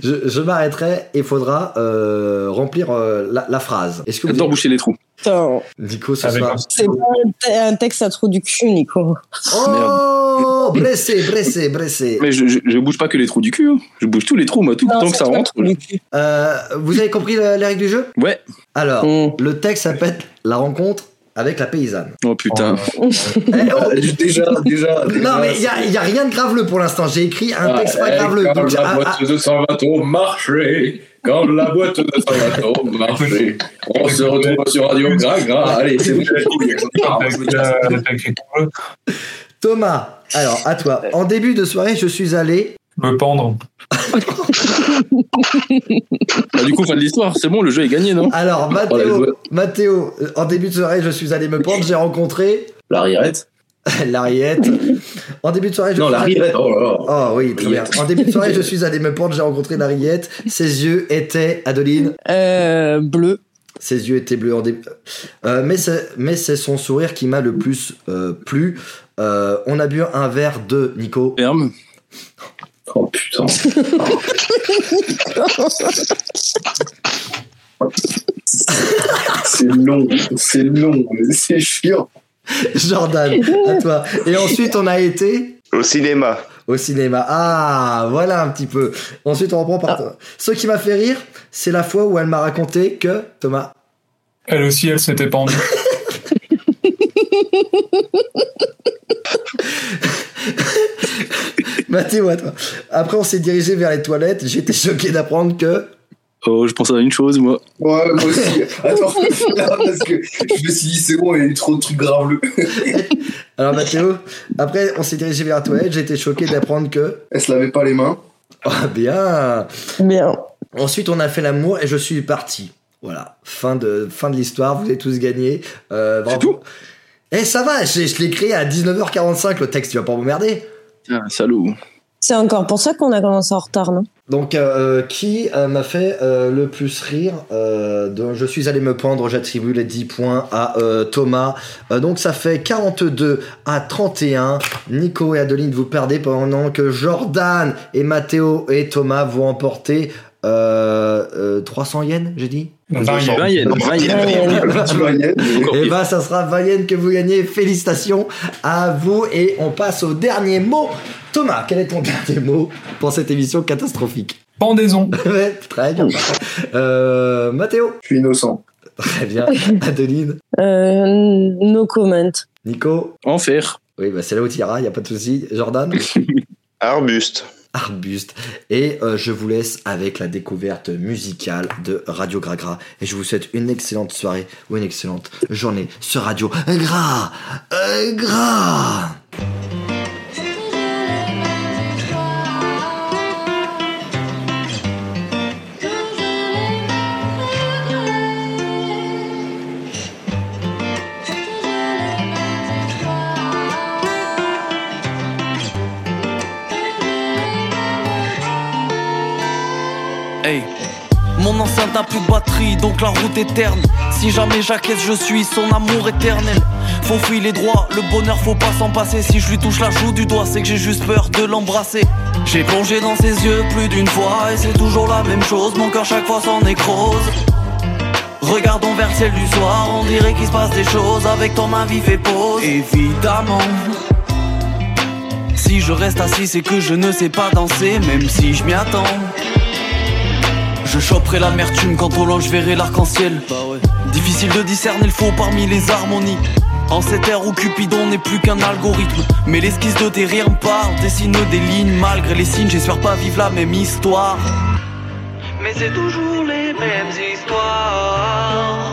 Speaker 3: je, je m'arrêterai et faudra euh, remplir euh, la, la phrase. Est-ce que vous
Speaker 2: J'adore boucher les trous.
Speaker 4: Putain,
Speaker 3: Nico ce
Speaker 6: Avec
Speaker 3: soir.
Speaker 6: un-
Speaker 4: c'est pas un- un texte à trou du cul, Nico.
Speaker 3: Oh, blessé, blessé, blessé.
Speaker 2: Mais je, je, je bouge pas que les trous du cul. hein. Je bouge tous les trous, moi, tout
Speaker 4: Non,
Speaker 2: tant
Speaker 4: c'est
Speaker 2: que ça
Speaker 4: pas un
Speaker 2: rentre.
Speaker 4: trou du cul.
Speaker 3: Euh, vous avez compris le- les règles du jeu
Speaker 2: Ouais.
Speaker 3: Alors,
Speaker 4: Mm.
Speaker 3: le texte s'appelle La rencontre avec la paysanne.
Speaker 2: Oh putain.
Speaker 3: Eh, oh,
Speaker 7: Déjà, déjà.
Speaker 3: non, mais il n'y a, y a rien de graveleux pour l'instant. J'ai écrit
Speaker 7: Ah,
Speaker 3: un texte
Speaker 7: eh,
Speaker 3: pas graveleux.
Speaker 9: Quand
Speaker 3: Donc,
Speaker 9: la
Speaker 3: ah, ah,
Speaker 9: boîte de 120 euros marchait, quand la boîte de 120 euros marchait, on se retrouve sur Radio Gras Gras. Allez, c'est bon.
Speaker 6: euh,
Speaker 3: Thomas, alors à toi. En début de soirée, je suis allé.
Speaker 6: Me pendre.
Speaker 2: Bah, du coup, fin de l'histoire. C'est bon, le jeu est gagné, non
Speaker 3: Alors,
Speaker 7: la
Speaker 3: Mathéo,
Speaker 7: joueuse.
Speaker 3: Mathéo, euh, en début de soirée, je suis allé me pendre. J'ai rencontré
Speaker 7: La rirette
Speaker 3: l'Ariette. En début de soirée, je
Speaker 7: Non,
Speaker 3: suis
Speaker 7: la
Speaker 3: allé-
Speaker 7: rirette. Oh là là.
Speaker 3: Oh oui, très bien. En début de soirée, je suis allé me pendre, j'ai rencontré l'ariette. Ses yeux étaient, Adeline,
Speaker 4: Euh, bleu.
Speaker 3: ses yeux étaient bleus. En dé- Euh, mais c'est mais c'est son sourire qui m'a le plus euh, plu. Euh, on a bu un verre de Nico.
Speaker 2: Ferme.
Speaker 7: Oh putain. C'est long, c'est long, c'est chiant.
Speaker 3: Jordan, à toi. Et ensuite, on a été
Speaker 5: Au cinéma.
Speaker 3: au cinéma. Ah, voilà un petit peu. Ensuite, on reprend par toi. Ce qui m'a fait rire, c'est la fois où elle m'a raconté que Thomas.
Speaker 6: Elle aussi, elle s'était pendue.
Speaker 3: Mathéo, à toi. Après, on s'est dirigé vers les toilettes. J'étais choqué d'apprendre que.
Speaker 2: Oh, je pense à une chose, moi.
Speaker 7: Ouais, moi aussi. Attends, non, parce que je me suis dit, c'est bon, il y a eu trop de trucs graveleux.
Speaker 3: Alors Mathéo, après on s'est dirigé vers la toilette, j'ai été choqué d'apprendre que...
Speaker 7: Elle se lavait pas les mains.
Speaker 3: Ah bien
Speaker 4: Bien.
Speaker 3: Ensuite on a fait l'amour et je suis parti. Voilà, fin de, fin de l'histoire, vous avez tous gagné. Euh, bravo.
Speaker 2: tout
Speaker 3: Eh ça va, je, je l'ai créé à 19h45 le texte, tu vas pas m'emmerder.
Speaker 2: Putain, salaud.
Speaker 4: C'est encore pour ça qu'on a commencé en retard, non
Speaker 3: Donc euh, qui euh, m'a fait euh, le plus rire euh, de- Je suis allé me pendre, j'attribue les 10 points à euh, Thomas. Euh, donc ça fait 42 à 31. Nico et Adeline, vous perdez pendant que Jordan et Mathéo et Thomas vous emportez euh, euh, 300 yens, j'ai dit
Speaker 6: Vingt yens.
Speaker 2: Vingt yens, vingt yens.
Speaker 7: Tu vois, Yann, mais-
Speaker 2: Encore
Speaker 3: Eh
Speaker 2: pire.
Speaker 3: ben, ça sera Valienne que vous gagnez. Félicitations à vous. Et on passe au dernier mot. Thomas, quel est ton dernier mot pour cette émission catastrophique
Speaker 6: Pendaison.
Speaker 3: Ouais, très bien. Euh, Mathéo.
Speaker 7: Je suis innocent.
Speaker 3: Très bien. Adeline.
Speaker 4: euh, No comment.
Speaker 3: Nico.
Speaker 2: Enfer.
Speaker 3: Oui, bah c'est là où tu iras, il a pas de souci. Jordan.
Speaker 5: Arbuste.
Speaker 3: Arbuste. Et euh, je vous laisse avec la découverte musicale de Radio Gragra. Et je vous souhaite une excellente soirée ou une excellente journée sur Radio Gras. Euh, Gras.
Speaker 10: Hey. Mon enceinte a plus de batterie, donc la route est terne. Si jamais j'acquiesce, je suis son amour éternel. Faut fuir les droits, le bonheur faut pas s'en passer. Si je lui touche la joue du doigt, c'est que j'ai juste peur de l'embrasser. J'ai plongé dans ses yeux plus d'une fois, et c'est toujours la même chose. Mon cœur chaque fois s'en nécrose. Regardons vers le ciel du soir, on dirait qu'il se passe des choses. Avec ton main vive et pause, évidemment. Si je reste assis, c'est que je ne sais pas danser, même si je m'y attends. Je choperai l'amertume quand au loin je verrai l'arc-en-ciel. Difficile de discerner le faux parmi les harmonies. En cette ère où Cupidon n'est plus qu'un algorithme. Mais l'esquisse de tes rires me parle, dessine des lignes malgré les signes. J'espère pas vivre la même histoire. Mais c'est toujours les mêmes histoires.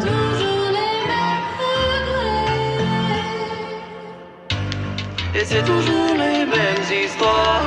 Speaker 11: toujours les mêmes regrets.
Speaker 10: Et c'est toujours les mêmes histoires.